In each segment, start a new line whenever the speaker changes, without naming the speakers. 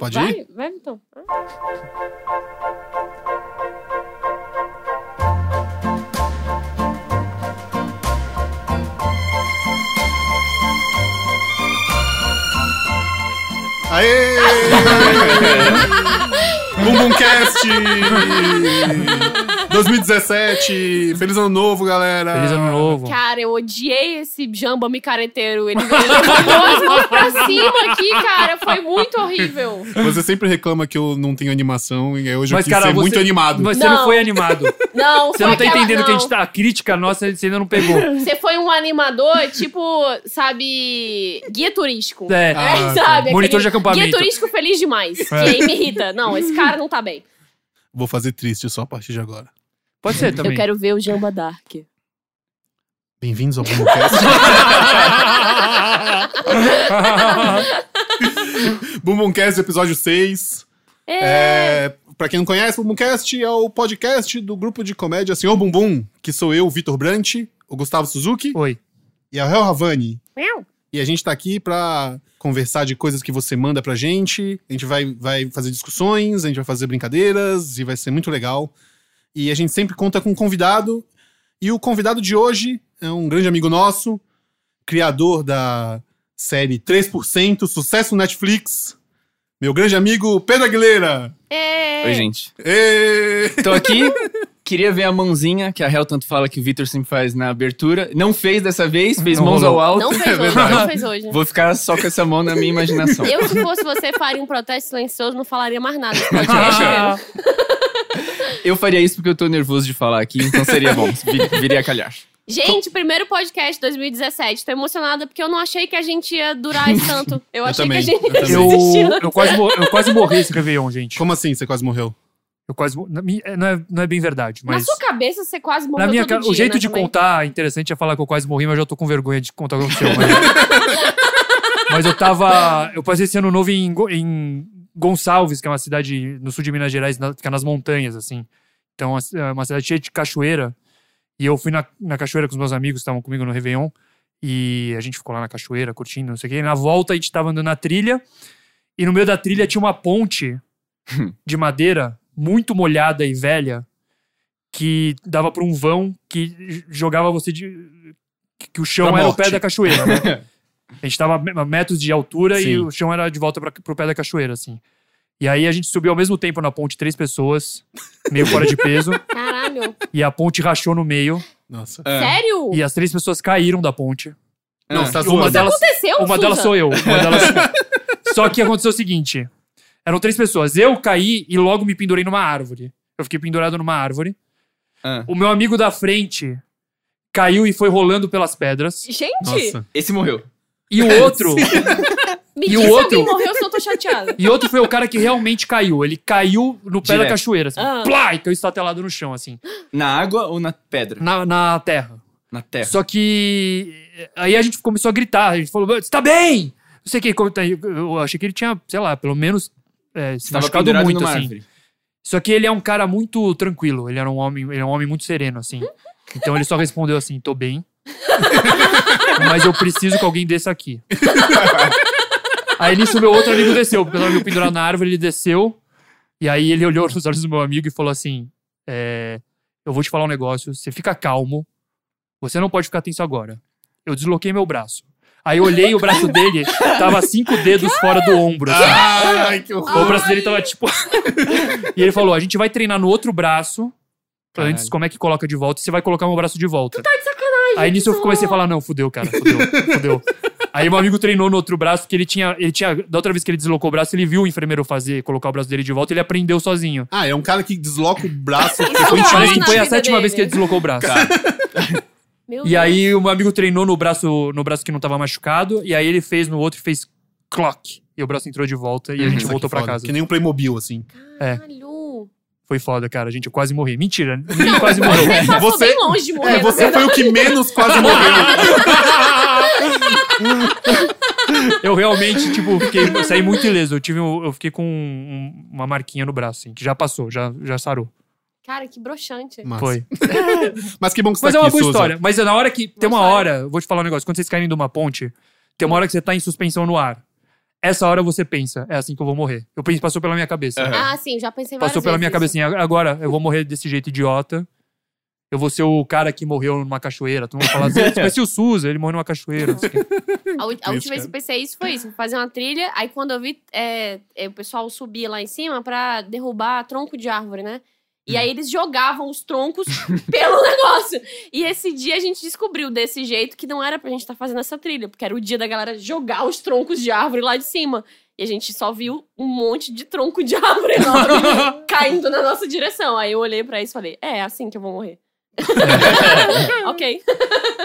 Pode
vai,
ir?
Vai então.
Aê! Bumbumcast! 2017! Feliz ano novo, galera!
Feliz
Ah,
ano novo.
Cara, eu odiei esse jamba micareteiro. Ele veio todo pra cima aqui, cara. Foi muito horrível.
Você sempre reclama que eu não tenho animação e hoje eu
Mas,
quis
cara,
ser
você,
muito animado.
Ah, Mas você
Não.
não foi animado.
Não,
Você
foi
não tá
aquela-
entendendo que a
não.
gente tá. A crítica nossa, você ainda não pegou.
Você foi um animador, tipo, sabe, guia turístico.
É.
Ah,
É, sabe?
Monitor de
aquele
acampamento. É.
Guia turístico feliz demais. Que aí me irrita. Não, esse cara não tá bem.
Vou fazer triste só a partir de agora.
Pode ser também.
Eu quero ver o Jamba Dark.
Bem-vindos ao Bumbumcast. Bumbumcast, episódio 6. É, pra quem não conhece, Bumbumcast é o podcast do grupo de comédia Senhor Bumbum, que sou eu, Vitor Brant, o Gustavo Suzuki
Oi.
e a Hel Havani. E a gente tá aqui pra conversar de coisas que você manda pra gente. A gente vai, vai fazer discussões, a gente vai fazer brincadeiras e vai ser muito legal. E a gente sempre conta com um convidado. E o convidado de hoje é um grande amigo nosso, criador da série 3%, sucesso no Netflix. Meu grande amigo Pedro Aguilera.
É.
Oi, gente.
Ê!
Tô aqui. Queria ver a mãozinha que a Hel tanto fala que o Victor sempre faz na abertura. Não fez dessa vez, fez
Não
mãos
rolou.
ao alto.
Não
É
fez hoje,
verdade.
não fez hoje.
Vou ficar só com essa mão na minha imaginação.
Eu, se fosse você, faria um protesto silencioso, não falaria mais nada. nesse podcast,
Ah.
velho.
Eu faria isso porque eu tô nervoso de falar aqui, então seria bom. Vi- Viria a calhar.
Gente, primeiro podcast 2017. Tô emocionada porque eu não achei que a gente ia durar esse tanto. Eu, achei
também,
que a gente
eu
ia
também.
eu,
desistir.
eu, quase, mor- eu quase morri esse Réveillon, gente.
Como assim? Você quase morreu?
Eu quase mor- na minha- é, não, é, não é bem verdade,
Na
mas.
sua cabeça, você quase morreu
Na minha,
todo
ca-
dia,
o jeito
né,
de
também.
contar interessante é falar que eu quase morri, mas eu já tô com vergonha de contar o que aconteceu. Mas, mas eu tava. Eu passei esse ano novo em, Go- em Gonçalves, que é uma cidade no sul de Minas Gerais, na- fica nas montanhas, assim. Então, a- é uma cidade cheia de cachoeira. E eu fui na, na cachoeira com os meus amigos que estavam comigo no Réveillon. E a gente ficou lá na cachoeira, curtindo, não sei o quê. E na volta, a gente tava andando na trilha. E no meio da trilha tinha uma ponte de madeira muito molhada e velha que dava pra um vão que j- jogava você de. que- Que o chão
Pra
era o
morte.
pé da cachoeira, né? A gente tava a me- a metros de altura
Sim.
e o chão era de volta pra, pro pé da cachoeira, assim. E aí a gente subiu ao mesmo tempo na ponte três pessoas, meio fora de peso,
Caralho.
e a ponte rachou no meio,
Nossa.
Ah, Sério?
É. e as três pessoas caíram da ponte.
Não, você tá
E uma
é
zoando.
delas,
Aconteceu,
uma
Suza?
delas sou eu. Uma delas... Só que aconteceu o seguinte: eram três pessoas. Eu caí e logo me pendurei numa árvore. Eu fiquei pendurado numa árvore.
Ah.
O meu amigo da frente caiu e foi rolando pelas pedras.
Gente,
Nossa.
Esse morreu.
E o outro,
me
E
diz
o
se
outro?
alguém morreu, se eu tô chateada.
e outro foi o cara que realmente caiu. Ele caiu no pé da
Direto.
cachoeira, assim,
Ah.
plá, e caiu estatelado no chão, assim,
Na água ou na pedra?
na, na terra.
Na terra.
Só que aí a gente começou a gritar. A gente falou, você tá bem? Não sei o que. como tá- Eu achei que ele tinha, sei lá, pelo menos é, se
Estava
machucado
pendurado
muito,
numa
assim.
árvore.
Só que ele é um cara muito tranquilo. Ele era um homem, ele é um homem muito sereno, assim. Então ele só respondeu assim: tô bem. mas eu preciso que alguém desça aqui. aí nisso, meu outro amigo desceu, porque eu tava meio pendurado na árvore, ele desceu. E aí ele olhou nos olhos do meu amigo e falou assim: é, Eu vou te falar um negócio, você fica calmo. Você não pode ficar tenso agora. Eu desloquei meu braço. Aí eu olhei o braço dele, tava cinco dedos fora do ombro. assim.
Ai, que
O
horror.
braço dele tava tipo. e ele falou: a gente vai treinar no outro braço.
Caralho.
Antes, como é que coloca de volta? E você vai colocar meu braço de volta. Tu tá de sacanagem. Aí nisso eu comecei a falar: não, fudeu, cara, fudeu, fudeu. Aí meu amigo treinou no outro braço, porque ele tinha, ele tinha. Da outra vez que ele deslocou o braço, ele viu o enfermeiro fazer, colocar o braço dele de volta, ele aprendeu sozinho.
Ah, é um cara que desloca o braço
Não,
Parece
na
que foi a
vida
sétima
dele.
vez que ele deslocou o braço.
Meu
E
Deus.
aí o meu amigo treinou no braço, no braço que não tava machucado, e aí ele fez no outro e fez clock. E o braço entrou de volta e a gente
Nossa,
voltou
que
pra
foda.
casa.
Que nem um Playmobil, assim.
é.
Caralho.
Foi foda, cara. Gente, eu quase morri. Mentira, ninguém quase morreu.
Você passou
Você-
bem longe de morrer. né?
É, você foi o que menos quase morreu.
Eu realmente, tipo, fiquei, eu saí muito ileso. Eu, tive, um- eu fiquei com um- uma marquinha no braço, assim, que já passou, já, já sarou.
Cara, que broxante.
Mas-
Foi.
Mas que bom que você
Mas
tá
é uma
aqui,
boa
Suza.
história. Mas na hora que. Tem uma
Nossa,
hora, vou te falar um negócio. Quando vocês caírem de uma ponte, tem uma hora que você tá em suspensão no ar. Essa hora você pensa, é assim que eu vou morrer. Eu pensei, passou pela minha cabeça.
Aham.
Ah, sim, já pensei várias
Passou pela
vezes
minha
isso.
cabecinha. Agora eu vou morrer desse jeito idiota. Eu vou ser o cara que morreu numa cachoeira. Todo mundo fala assim, "Mas e o Suza, ele morreu numa cachoeira. não sei o quê.
A, ul- a última
Isso,
vez
cara.
que eu pensei isso foi isso. Fazer uma trilha. Aí quando eu vi é, é, o pessoal subir lá em cima pra derrubar tronco de árvore, né?
Hum.
E aí eles jogavam os troncos pelo negócio. E esse dia a gente descobriu desse jeito que não era pra gente estar fazendo essa trilha. Porque era o dia da galera jogar os troncos de árvore lá de cima. E a gente só viu um monte de tronco de árvore enorme caindo na nossa direção. Aí eu olhei pra isso e falei, é, é assim que eu vou morrer. ok.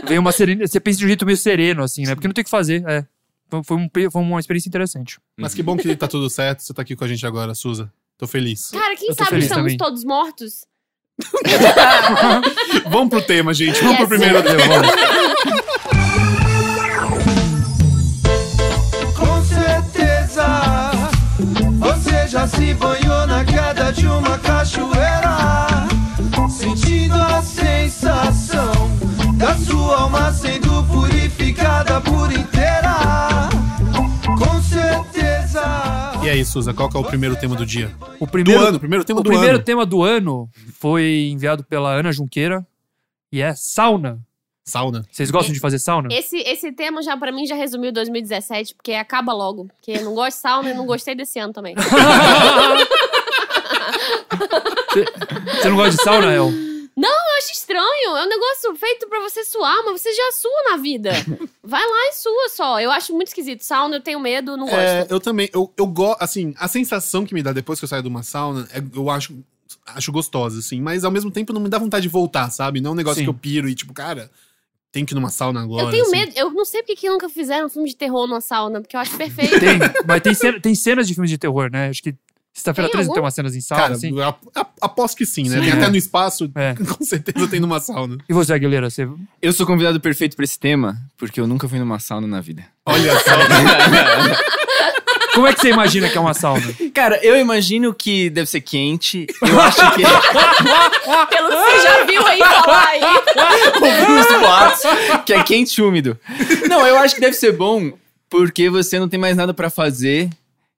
Vem uma serenidade. Você pensa de um jeito meio sereno, assim, né? Porque não tem o que fazer. É. Foi- Foi, um pe- foi uma experiência interessante.
Mas que bom que tá tudo certo, você tá aqui com a gente agora, Suza. Tô feliz.
Cara, quem
Eu tô
sabe
feliz
estamos
também.
todos mortos?
Vamos pro tema, gente. Vamos pro
Yes.
primeiro tema.
Com certeza você já se banhou na queda de uma cachoeira, sentindo a sensação da sua alma sendo purificada por inteira. Com certeza.
E aí, Suza, qual que é o primeiro tema do dia?
O primeiro,
Do ano, primeiro tema
o
do
primeiro
ano.
tema do ano foi enviado pela Ana Junqueira e é sauna.
Sauna.
Vocês gostam de fazer sauna?
Esse, esse tema já pra mim já resumiu 2017, porque acaba logo. Porque eu não gosto de sauna e não gostei desse ano também.
Você não gosta de sauna, El?
Eu acho estranho, é um negócio feito pra você suar, mas você já sua na vida. Vai lá e sua só. Eu acho muito esquisito. Sauna eu tenho medo, não gosto.
É, eu também, eu, eu gosto, assim, a sensação que me dá depois que eu saio de uma sauna, é- eu acho, acho gostosa, assim, mas ao mesmo tempo não me dá vontade de voltar, sabe? Não é um negócio
Sim.
que eu piro e tipo, cara, tem que ir numa sauna agora.
eu tenho
assim.
medo, eu não sei porque que nunca fizeram um filme de terror numa sauna, porque eu acho perfeito.
Tem, mas tem, cena- tem cenas de filmes de terror, né? Acho que sexta-feira
Tem
13
algum?
tem umas cenas em sauna,
Cara,
assim.
eu ap- ap- aposto que sim, né?
Sim,
tem
é.
até no espaço,
É.
com certeza tem numa sauna.
E você, Aguilera? Você...
Eu sou convidado perfeito pra esse tema, porque eu nunca fui numa sauna na vida.
Olha só.
Como é que você imagina que é uma sauna?
Cara, eu imagino que deve ser quente. Eu acho que.
Pelo que você já viu aí falar aí.
ouvi uns boatos que é quente e úmido. Não, eu acho que deve ser bom porque você não tem mais nada pra fazer.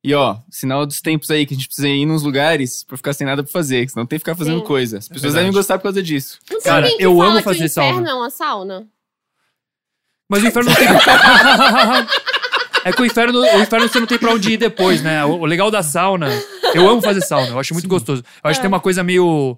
E ó, sinal dos tempos aí que a gente precisa ir nos lugares pra ficar sem nada pra fazer, que senão tem que ficar fazendo
Sim.
coisa. As
É
pessoas
verdade.
devem gostar por causa disso.
Não tem
Cara,
ninguém que
eu
fala
amo
que o
fazer
inferno
sauna.
é uma sauna.
Mas o inferno não tem. É que o inferno, o inferno você não tem pra onde ir depois, né? O, o legal da sauna. Eu amo fazer sauna, eu acho muito gostoso. Eu acho que tem
É.
uma coisa meio.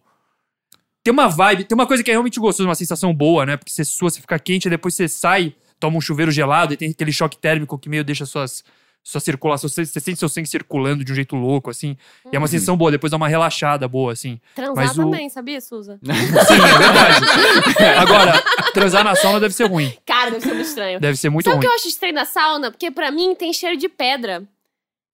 Tem uma vibe, tem uma coisa que é realmente gostosa, uma sensação boa, né? Porque você sua, você fica quente, aí depois você sai, toma um chuveiro gelado e tem aquele choque térmico que meio deixa suas. Sua circulação, você, você sente seu sangue circulando de um jeito louco, assim. E é
Uhum.
uma sensação boa, depois dá uma relaxada boa, assim.
Transar
Mas o-
também, sabia, Suza?
Sim, é verdade. Agora, transar na sauna deve ser ruim.
Cara, deve ser muito estranho.
Deve ser muito
Sabe o que
ruim.
eu acho estranho da sauna? Porque pra mim tem cheiro de pedra.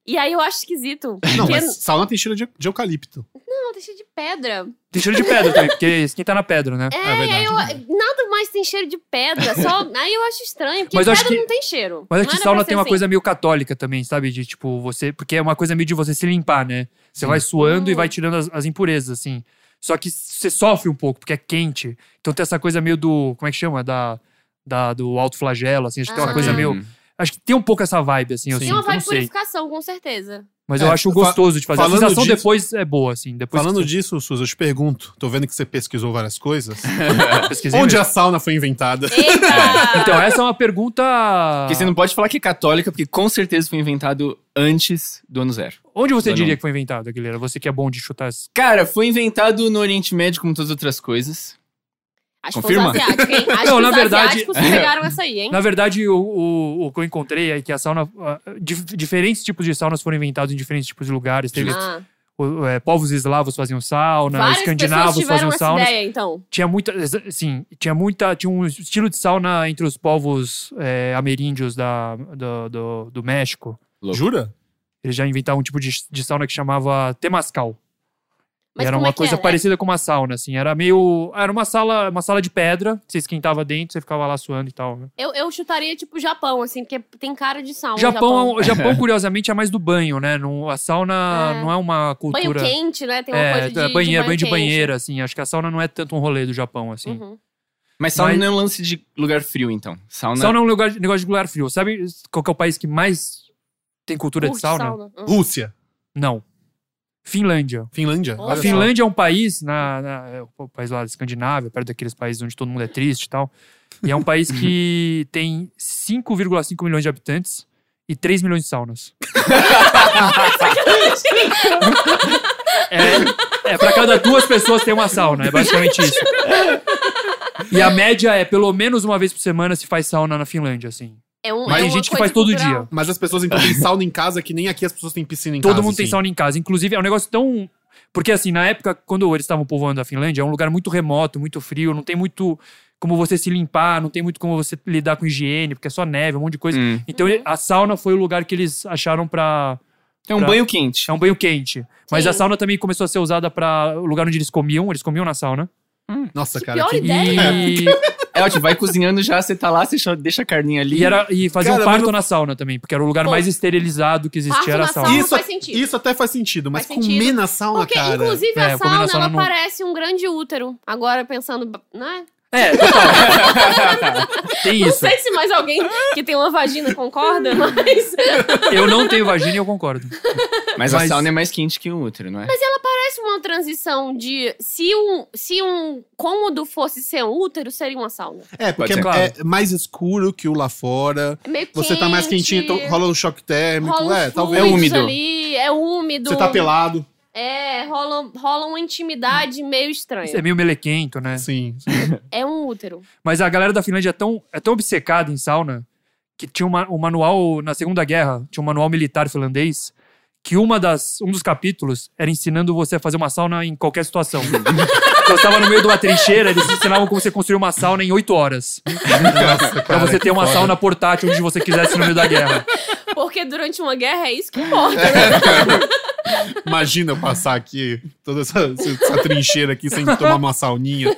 E aí eu acho esquisito.
Não,
porque
mas sauna tem cheiro de, de eucalipto.
não, tem cheiro de pedra.
Tem cheiro de pedra também, porque esquenta na pedra, né?
É,
É
e aí eu,
verdade.
nada mais tem cheiro de pedra. Só, aí eu acho estranho, porque
Mas eu acho
pedra
que-
não tem cheiro.
Mas
Não
acho que
era
sauna
pra ser
tem uma
assim.
coisa meio católica também, sabe? De tipo, você. Porque é uma coisa meio de você se limpar, né? Você vai suando
Hum.
e vai tirando as, as impurezas, assim. Só que você sofre um pouco, porque é quente. Então tem essa coisa meio do. Como é que chama? Da. da do alto flagelo, assim. Acho que tem uma
Ah.
coisa meio.
Hum.
Acho que tem um pouco essa vibe, assim. Eu,
Tem
sinto,
uma
eu não
vibe de
sei.
purificação, com certeza.
Mas
É,
eu acho
fa-
gostoso de fazer. A
falando
sensação
disso-
depois é boa, assim. Depois
Falando
que
disso, Suza, eu te pergunto, tô vendo que você pesquisou várias coisas.
eu pesquisei
Onde a
mesmo.
sauna foi inventada?
Eita!
Então, essa é uma pergunta.
Porque você não pode falar que é católica, porque com certeza foi inventado antes do ano zero.
Onde você
Mas
diria
não.
que foi inventado, Aguilera? Você que é bom de chutar as
Cara, foi inventado no Oriente Médio, como todas as outras coisas.
Acho que foi os
Confirma?
asiáticos, hein? Acho
Não,
que
na
os
verdade- é.
asiáticos pegaram essa aí, hein?
Na verdade, o, o, o que eu encontrei é que a sauna. ah, dif- diferentes tipos de saunas foram inventados em diferentes tipos de lugares. Teve,
Ah,
o- é, povos eslavos faziam sauna,
várias pessoas
escandinavos
tiveram
faziam
essa
sauna.
ideia, então.
Tinha muita. exa- Sim, tinha muita. Tinha um estilo de sauna entre os povos é, ameríndios da, do, do, do México.
Jura?
Eles já inventaram um tipo de, de sauna que chamava temascal.
Mas
era
como
uma
é que
coisa
é?
parecida com uma sauna, assim. Era meio. Era uma sala, uma sala de pedra, você esquentava dentro, você ficava lá suando e tal. Né?
Eu, eu chutaria, tipo, Japão, assim, porque tem cara de sauna.
Japão, é um, Japão. curiosamente, é mais do banho, né? Não, a sauna
É.
não é uma
Banho
cultura.
quente, né? Tem uma
é,
coisa de, de
banheiro, banho de
quente.
banheira, assim. Acho que a sauna não é tanto um rolê do Japão, assim.
Uhum.
Mas sauna
Mas-
não é um lance de lugar frio, então. Sauna.
é Sauna é um lugar, negócio de lugar frio. Sabe qual que é o país que mais tem cultura de
Curte
sauna?
Ah.
Hum.
Rússia.
Não. Finlândia.
Finlândia.
A
A
olha só.
Finlândia é um país, na, na- é o país lá da Escandinávia, perto daqueles países onde todo mundo é triste e tal. E é um país que tem 5,5 milhões de habitantes e 3 milhões de saunas. é, é para cada duas pessoas tem uma sauna, é basicamente isso. E a média é pelo menos uma vez por semana se faz sauna na Finlândia, assim.
É um,
Mas
é
tem
uma
gente que
coisa
faz todo
cultural.
dia.
Mas as pessoas então têm sauna em casa que nem aqui as pessoas têm piscina em
Todo
casa.
mundo tem
assim.
sauna em casa. Inclusive, é um negócio tão. Porque, assim, na época, quando eles estavam povoando a Finlândia, é um lugar muito remoto, muito frio, não tem muito como você se limpar, não tem muito como você lidar com higiene, porque é só neve, um monte de coisa.
Uhum.
Hum.
Então, a sauna foi o lugar que eles acharam pra.
É um
Pra-
banho quente.
É um banho quente. Mas
Sim.
a sauna também começou a ser usada pra o lugar onde eles comiam, eles comiam na sauna.
Nossa,
Que
cara.
pior
que-
E,
É ótimo, vai cozinhando já, você tá lá, você só deixa a carninha ali.
e, é era, e faziam
Cara, mas
parto
não-
na sauna também, porque era o lugar
Pô.
mais esterilizado que existia,
Parto
era a
na
sauna.
sauna.
Isso,
faz sentido.
isso até faz sentido, mas
Faz
comer
sentido.
na sauna,
Porque,
cara.
inclusive,
É,
a
comer na
sauna,
sauna
ela
não-
parece um grande útero. Agora, pensando, né?
É, total. tem
Não
isso.
sei se mais alguém que tem uma vagina
Hum.
concorda, mas
Eu não tenho vagina e eu concordo.
Mas, a
Mas-
sauna é mais quente que o útero, não é?
parece uma transição de... Se um, se um cômodo fosse ser um útero, seria uma sauna.
É, porque
Pode ser.
é- é mais escuro que o lá fora.
É meio
Você tá mais quentinho, então rola um choque térmico.
rola um
é,
fluxo
talvez.
É úmido.
ali, é úmido.
Você tá pelado.
É, rola, rola uma intimidade meio
Isso é
estranha.
meio melequento, né?
Sim.
É um útero.
Mas a galera da Finlândia é tão, é tão obcecada em sauna que tinha uma- um manual na Segunda Guerra, tinha um manual militar finlandês que uma das, um dos capítulos era ensinando você a fazer uma sauna em qualquer situação. Então, você tava no meio de uma trincheira, eles ensinavam como você construir uma sauna em oito horas. pra você ter uma sauna portátil onde você quisesse no meio da guerra.
Porque durante uma guerra é isso que importa, né?
Imagina eu passar aqui toda essa, essa trincheira aqui sem tomar uma sauninha.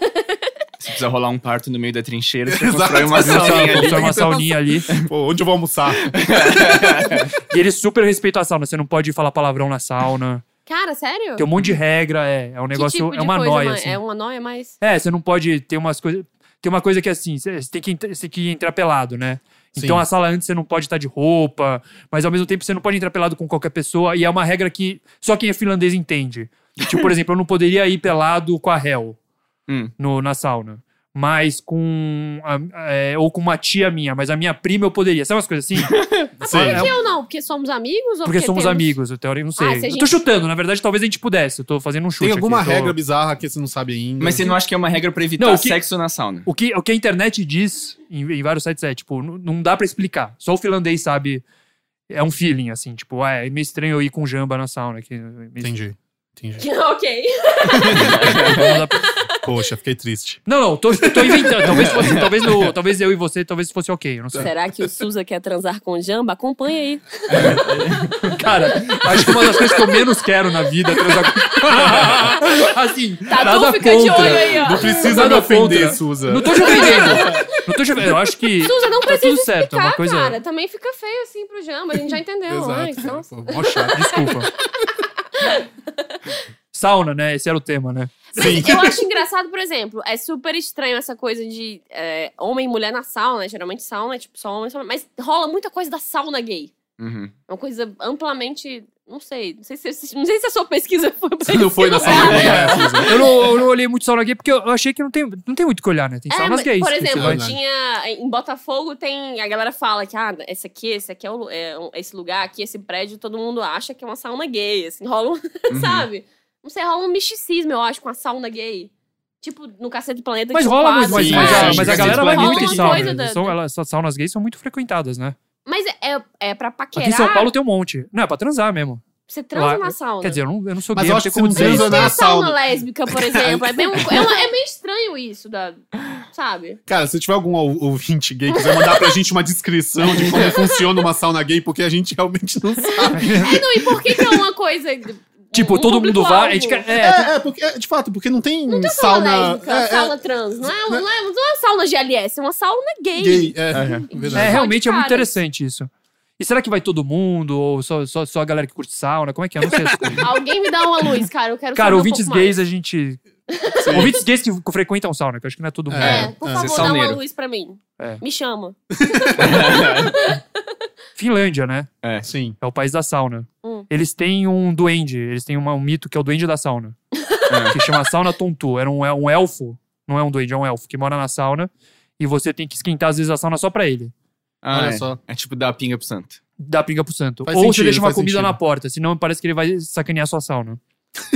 Você precisa rolar um parto no meio da trincheira, você
Exato,
constrói uma
exato.
sauninha ali.
Construir uma sauninha ali.
Pô, onde eu vou almoçar?
E eles super respeitam a sauna. Você não pode falar palavrão na sauna.
Cara, sério?
Tem um monte de regra, é. É um negócio.
que tipo
é
de
uma
coisa,
noia,
mãe?
assim.
É uma noia, mas...
É, você não pode ter umas coisas. Tem uma coisa que é assim, você você tem que, entr- você tem que entrar pelado, né?
Sim.
Então a sala antes você não pode estar de roupa, mas ao mesmo tempo você não pode entrar pelado com qualquer pessoa, e é uma regra que só quem é finlandês entende. Tipo, por exemplo, eu não poderia ir pelado com a Hel
Hum.
no, na sauna. Mas com. a- é, ou com uma tia minha, mas a minha prima eu poderia. Sabe umas coisas assim?
Sim.
É,
Por que eu não? Porque somos amigos? Ou
porque somos
temos-
amigos, então eu teoria, não sei.
Ah, se a
Eu tô
gente-
chutando, na verdade, talvez a gente pudesse. Eu tô fazendo um chute.
Tem alguma
aqui, eu tô-
regra bizarra que você não sabe ainda.
Mas você não acha que é uma regra pra evitar
Não, o que-
sexo na sauna?
O que, o que a internet diz em, em vários sites é, tipo, n- não dá pra explicar. Só o finlandês sabe. É um feeling, assim, tipo, ah, é meio estranho eu ir com jamba na sauna. Que, é meio
Entendi. Entendi.
ok.
estranho, não dá pra-
Poxa, fiquei triste.
Não, não, tô, tô inventando. Talvez, fosse- talvez, no- talvez eu e você, talvez fosse ok, eu não sei.
Será que o Suza quer transar com o Jamba? Acompanha aí.
Cara, acho que uma das coisas que eu menos quero na vida é transar com... assim,
Tá,
nada
tu fica de
contra.
olho aí, ó.
Não precisa me
Nada
ofender,
contra.
Suza.
Não tô te ofendendo. Não tô te ofendendo. Eu acho que
Suza, não
tá
precisa
tudo certo. É
explicar,
uma coisa...
cara. Também fica feio assim pro Jamba, a gente já entendeu. né? Ai, nossa.
Pô, mó chato.
Desculpa. Sauna, né? Esse era o tema, né?
Mas Então, eu acho engraçado, por exemplo, é super estranho essa coisa de é, homem e mulher na sauna. Geralmente sauna é tipo só homem, só homem. Mas rola muita coisa da sauna gay.
Uhum.
É Uma coisa amplamente... Não sei. Não sei se, não sei se a sua pesquisa foi...
Você não foi na sauna gay, né, Suza?
Eu não, eu não olhei muito sauna gay porque eu achei que não tem, não tem muito o que olhar, né? Tem saunas
É, mas,
gays.
por
que você
exemplo, tipo,
vai-
vai.
tinha em Botafogo tem a galera fala que ah, esse aqui, esse aqui é, o lu- é um- esse lugar aqui, esse prédio, todo mundo acha que é uma sauna gay, assim, rola, um-
Uhum.
sabe? Não sei, rola um misticismo, eu acho, com a sauna gay. Tipo no Cacete do Planeta
mas
tinha um
rola, mas,
quadro,
mas,
sim,
mas, a,
sim,
mas a
sim. tipo, é
galera vai
Rola
muito em
uma
sauna.
coisa
né?
da-
São, elas, as saunas gays são muito frequentadas, né?
Mas é, é pra paquerar.
Aqui em São Paulo tem um monte. Não, é pra transar mesmo.
você transa
Lá-
na sauna.
Quer dizer, eu não, eu não sou
Mas
gay,
eu
não
acho
sei
que
como
você né?
dizer
não
isso.
transa
tem
na
a sauna
sauna.
lésbica, por exemplo. é, meio, é uma- é meio estranho isso, da, sabe?
Cara, se tiver algum ou- ouvinte gay que quiser mandar pra gente uma descrição de como funciona uma sauna gay, porque a gente realmente não sabe.
É, não, e por que, que é uma coisa.
Tipo,
um
todo mundo vai... a gente
público-alvo?
quer- é,
É, é, porque, é, de fato, porque não tem
sauna,
sauna.
lésbica,
É,
sauna trans. Não é, não, é, não é uma sauna GLS, é uma sauna
é,
gay.
gay. É,
Uhum.
verdade.
É, realmente é muito
caras.
interessante isso. E será que vai todo mundo? Ou só, só, só a galera que curte sauna? Como é que é? Eu não sei as coisas.
Alguém me dá uma luz, cara. Eu quero
Cara,
saber
ouvintes
um pouco mais.
gays, a gente. Ouvintes gays que frequentam sauna, que eu acho que não é todo mundo.
É, por
É,
favor,
ser
dá uma
sauneiro.
luz pra mim.
É.
Me chama.
Finlândia, né?
Sim.
É o país da sauna.
Hum.
Eles têm um duende, eles têm uma- um mito que é o duende da sauna.
É.
Que chama sauna tontu. Era um, é um elfo, não é um duende, é um elfo que mora na sauna. E você tem que esquentar às vezes a sauna só pra ele.
Ah,
Olha
é.
só.
É tipo dar pinga pro santo.
Dá pinga pro santo.
Faz
Ou você
sentido,
deixa uma
faz
comida
sentido.
na porta, senão parece que ele vai sacanear sua sauna.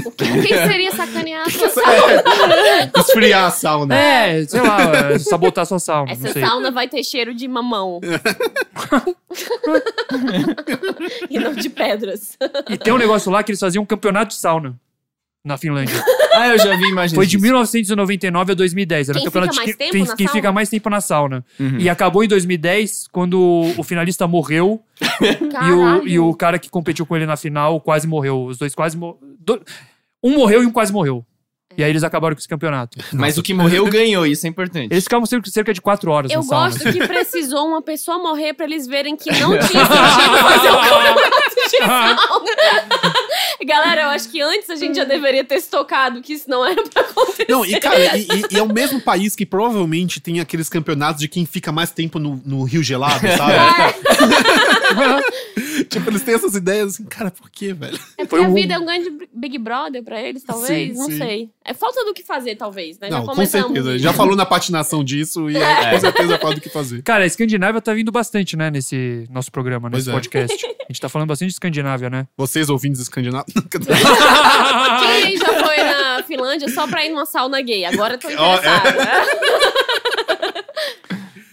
O
É.
que, quem seria sacanear a sua sauna?
Esfriar a sauna.
É, sei lá, é, sabotar sua sauna, não
Essa
sei.
sauna vai ter cheiro de mamão. e não de pedras.
E tem um negócio lá que eles faziam um campeonato de sauna na Finlândia.
Ah, eu já vi imagens.
Foi de
disso.
1999 a 2010. Era
Quem
o campeonato
fica
de
mais tempo
quem,
na
quem
sauna?
fica mais tempo na sauna.
Uhum.
E acabou em 2010, quando o finalista morreu e o,
Caralho.
e o cara que competiu com ele na final quase morreu. Os dois quase mor... do- Um morreu e um quase morreu.
É.
E aí eles acabaram com esse campeonato.
Mas o que morreu ganhou, isso é importante.
Eles ficavam cerca cerca de quatro horas
Eu
na sauna.
gosto que precisou uma pessoa morrer pra eles verem que não tinha sentido fazer o campeonato de sauna. Galera, eu acho que antes a gente já deveria ter se tocado que isso não era pra acontecer.
Não, e cara, e, e- e é o mesmo país que provavelmente tem aqueles campeonatos de quem fica mais tempo no, no Rio Gelado, sabe?
Ah,
tipo, eles têm essas ideias assim, cara, por quê, velho?
É porque
Foi
a
um-
vida é um grande Big Brother pra eles, talvez?
Sim,
não
sim.
sei. É falta do que fazer, talvez, né?
Não,
já
com
começamos.
certeza. Já falou na patinação disso e é, com certeza pode o que fazer.
Cara, a Escandinávia tá vindo bastante, né, nesse nosso programa,
Pois
nesse
é.
podcast. A gente tá falando bastante de Escandinávia, né?
Vocês ouvintes escandinavos.
Quem aí já foi na Finlândia só pra ir numa sauna gay? Agora
é.
eu tô interessada.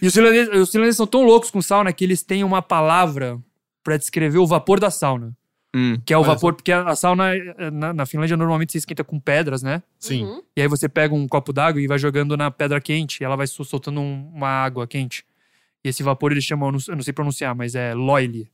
E os finlandeses, os finlandeses são tão loucos com sauna que eles têm uma palavra pra descrever o vapor da sauna.
Hum.
Que é o
Olha só.
vapor, porque a a sauna eh, na, na Finlândia normalmente se esquenta com pedras, né?
Sim.
Uhum.
E aí você pega um copo d'água e vai jogando na pedra quente, e ela vai sol- soltando um- uma água quente. E esse vapor eles chamam, eu não, eu não sei pronunciar, mas é loile.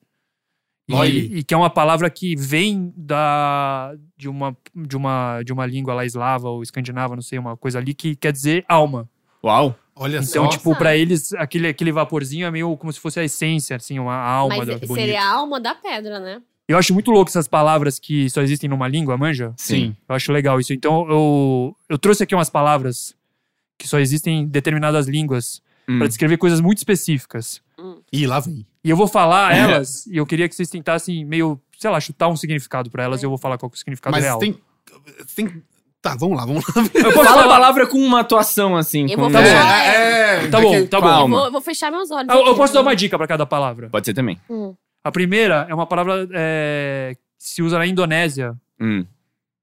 E-
Loile.
E, que é uma palavra que vem da, de, uma, de, uma, de uma língua lá eslava ou escandinava, não sei, uma coisa ali, que quer dizer alma.
Uau.
Olha
Então,
só.
tipo, pra eles, aquele, aquele vaporzinho é meio como se fosse a essência, assim, uma a alma.
Mas
do-
seria
bonito.
a alma da pedra, né?
Eu acho muito louco essas palavras que só existem numa língua, manja?
Sim.
Eu acho legal isso. Então, eu, eu trouxe aqui umas palavras que só existem em determinadas línguas
Hum.
pra descrever coisas muito específicas.
Ih, lá vem.
E eu vou falar elas e eu queria que vocês tentassem meio, sei lá, chutar um significado pra elas e eu vou falar qual que é o significado
Mas
real.
tem, tem. Tá, vamos lá, vamos lá.
Eu posso
Fala a
falar.
palavra com uma atuação, assim.
Eu
com-
vou falar.
é,
Tá bom, tá bom.
Eu
Calma.
vou, eu vou fechar meus olhos.
Ah, Eu,
aqui.
eu posso dar uma dica pra cada palavra.
Pode ser também.
Hum.
A primeira é uma palavra é, que se usa na Indonésia.
Hum.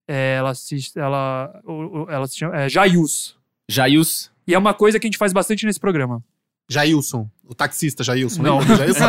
É, ela se, ela, o- o- ela se chama é, Jayus.
Jaius.
E é uma coisa que a gente faz bastante nesse programa.
Jailson, o taxista Jailson.
Não.
lembra do Jailson?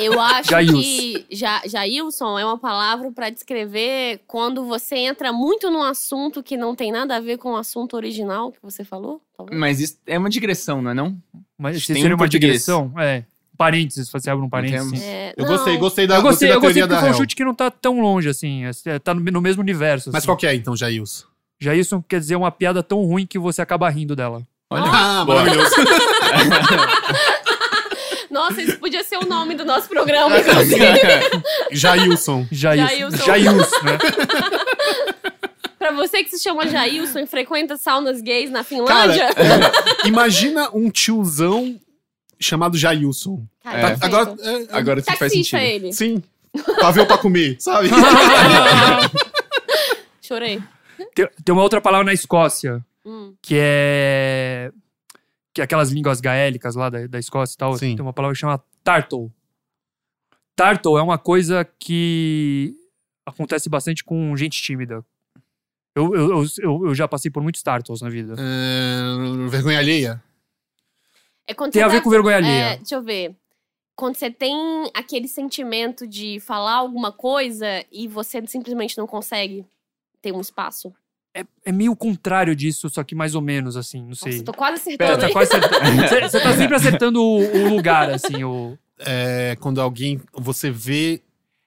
Eu acho
Jailson.
que ja, Jailson é uma palavra pra descrever quando você entra muito num assunto que não tem nada a ver com o assunto original que você falou. talvez.
Mas isso é uma digressão, não é não?
Mas
Tem
se seria
um
uma
português.
digressão, é. Parênteses, você abre um parênteses.
temos.
assim.
É,
Hum. Eu
não.
gostei, gostei da,
Eu gostei,
da
eu gostei
teoria
porque
da
foi um
Hel.
chute que não tá tão longe, assim. é, Tá no, no mesmo universo.
Mas
assim.
qual que é então, Jailson?
Já isso quer dizer uma piada tão ruim que você acaba rindo dela.
Olha.
Ah,
Boa.
maravilhoso.
Nossa, isso podia ser o nome do nosso programa, inclusive.
Jailson.
Já isso.
Jailson.
Já isso, né?
pra você que se chama Jailson e frequenta saunas gays na
é.
Finlândia.
Imagina um tiozão chamado Jailson.
Cara,
É.
Tá-
perfeito.
Agora, é,
Agora tudo faz
Taxista
sentido.
ele.
sim. Paveu pra comer, sabe?
Chorei.
tem, tem uma outra palavra na Escócia,
Hum.
que é. Que é aquelas línguas gaélicas lá da, da Escócia e tal.
Sim.
Tem uma palavra que chama tartle. Tartle é uma coisa que acontece bastante com gente tímida. Eu, eu, eu, eu- eu já passei por muitos tartles na vida.
É, vergonha alheia.
É quando
Tem
você
a ver
tá-
com vergonha
É,
alheia.
deixa eu ver. Quando você tem aquele sentimento de falar alguma coisa e você simplesmente não consegue ter um espaço.
É meio contrário disso, só que mais ou menos, assim, não sei.
Nossa, eu tô quase
Pera,
acertando.
tá
hein?
quase acertando. Você tá sempre acertando o, o lugar, assim, o.
É quando alguém, você vê...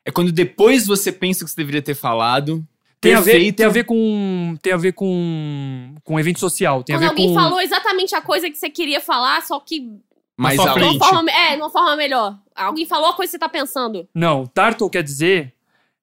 É quando depois você pensa o que você deveria ter falado.
Tem a, ver,
Perfeito.
tem a ver com. Tem a ver com. Com evento social. Tem
Quando
a ver
alguém
com.
falou exatamente a coisa que você queria falar, só que de
Mais
sua
alto.
frente.
uma forma, é, de uma forma melhor. Alguém falou a coisa que você tá pensando.
Não, tartle quer dizer.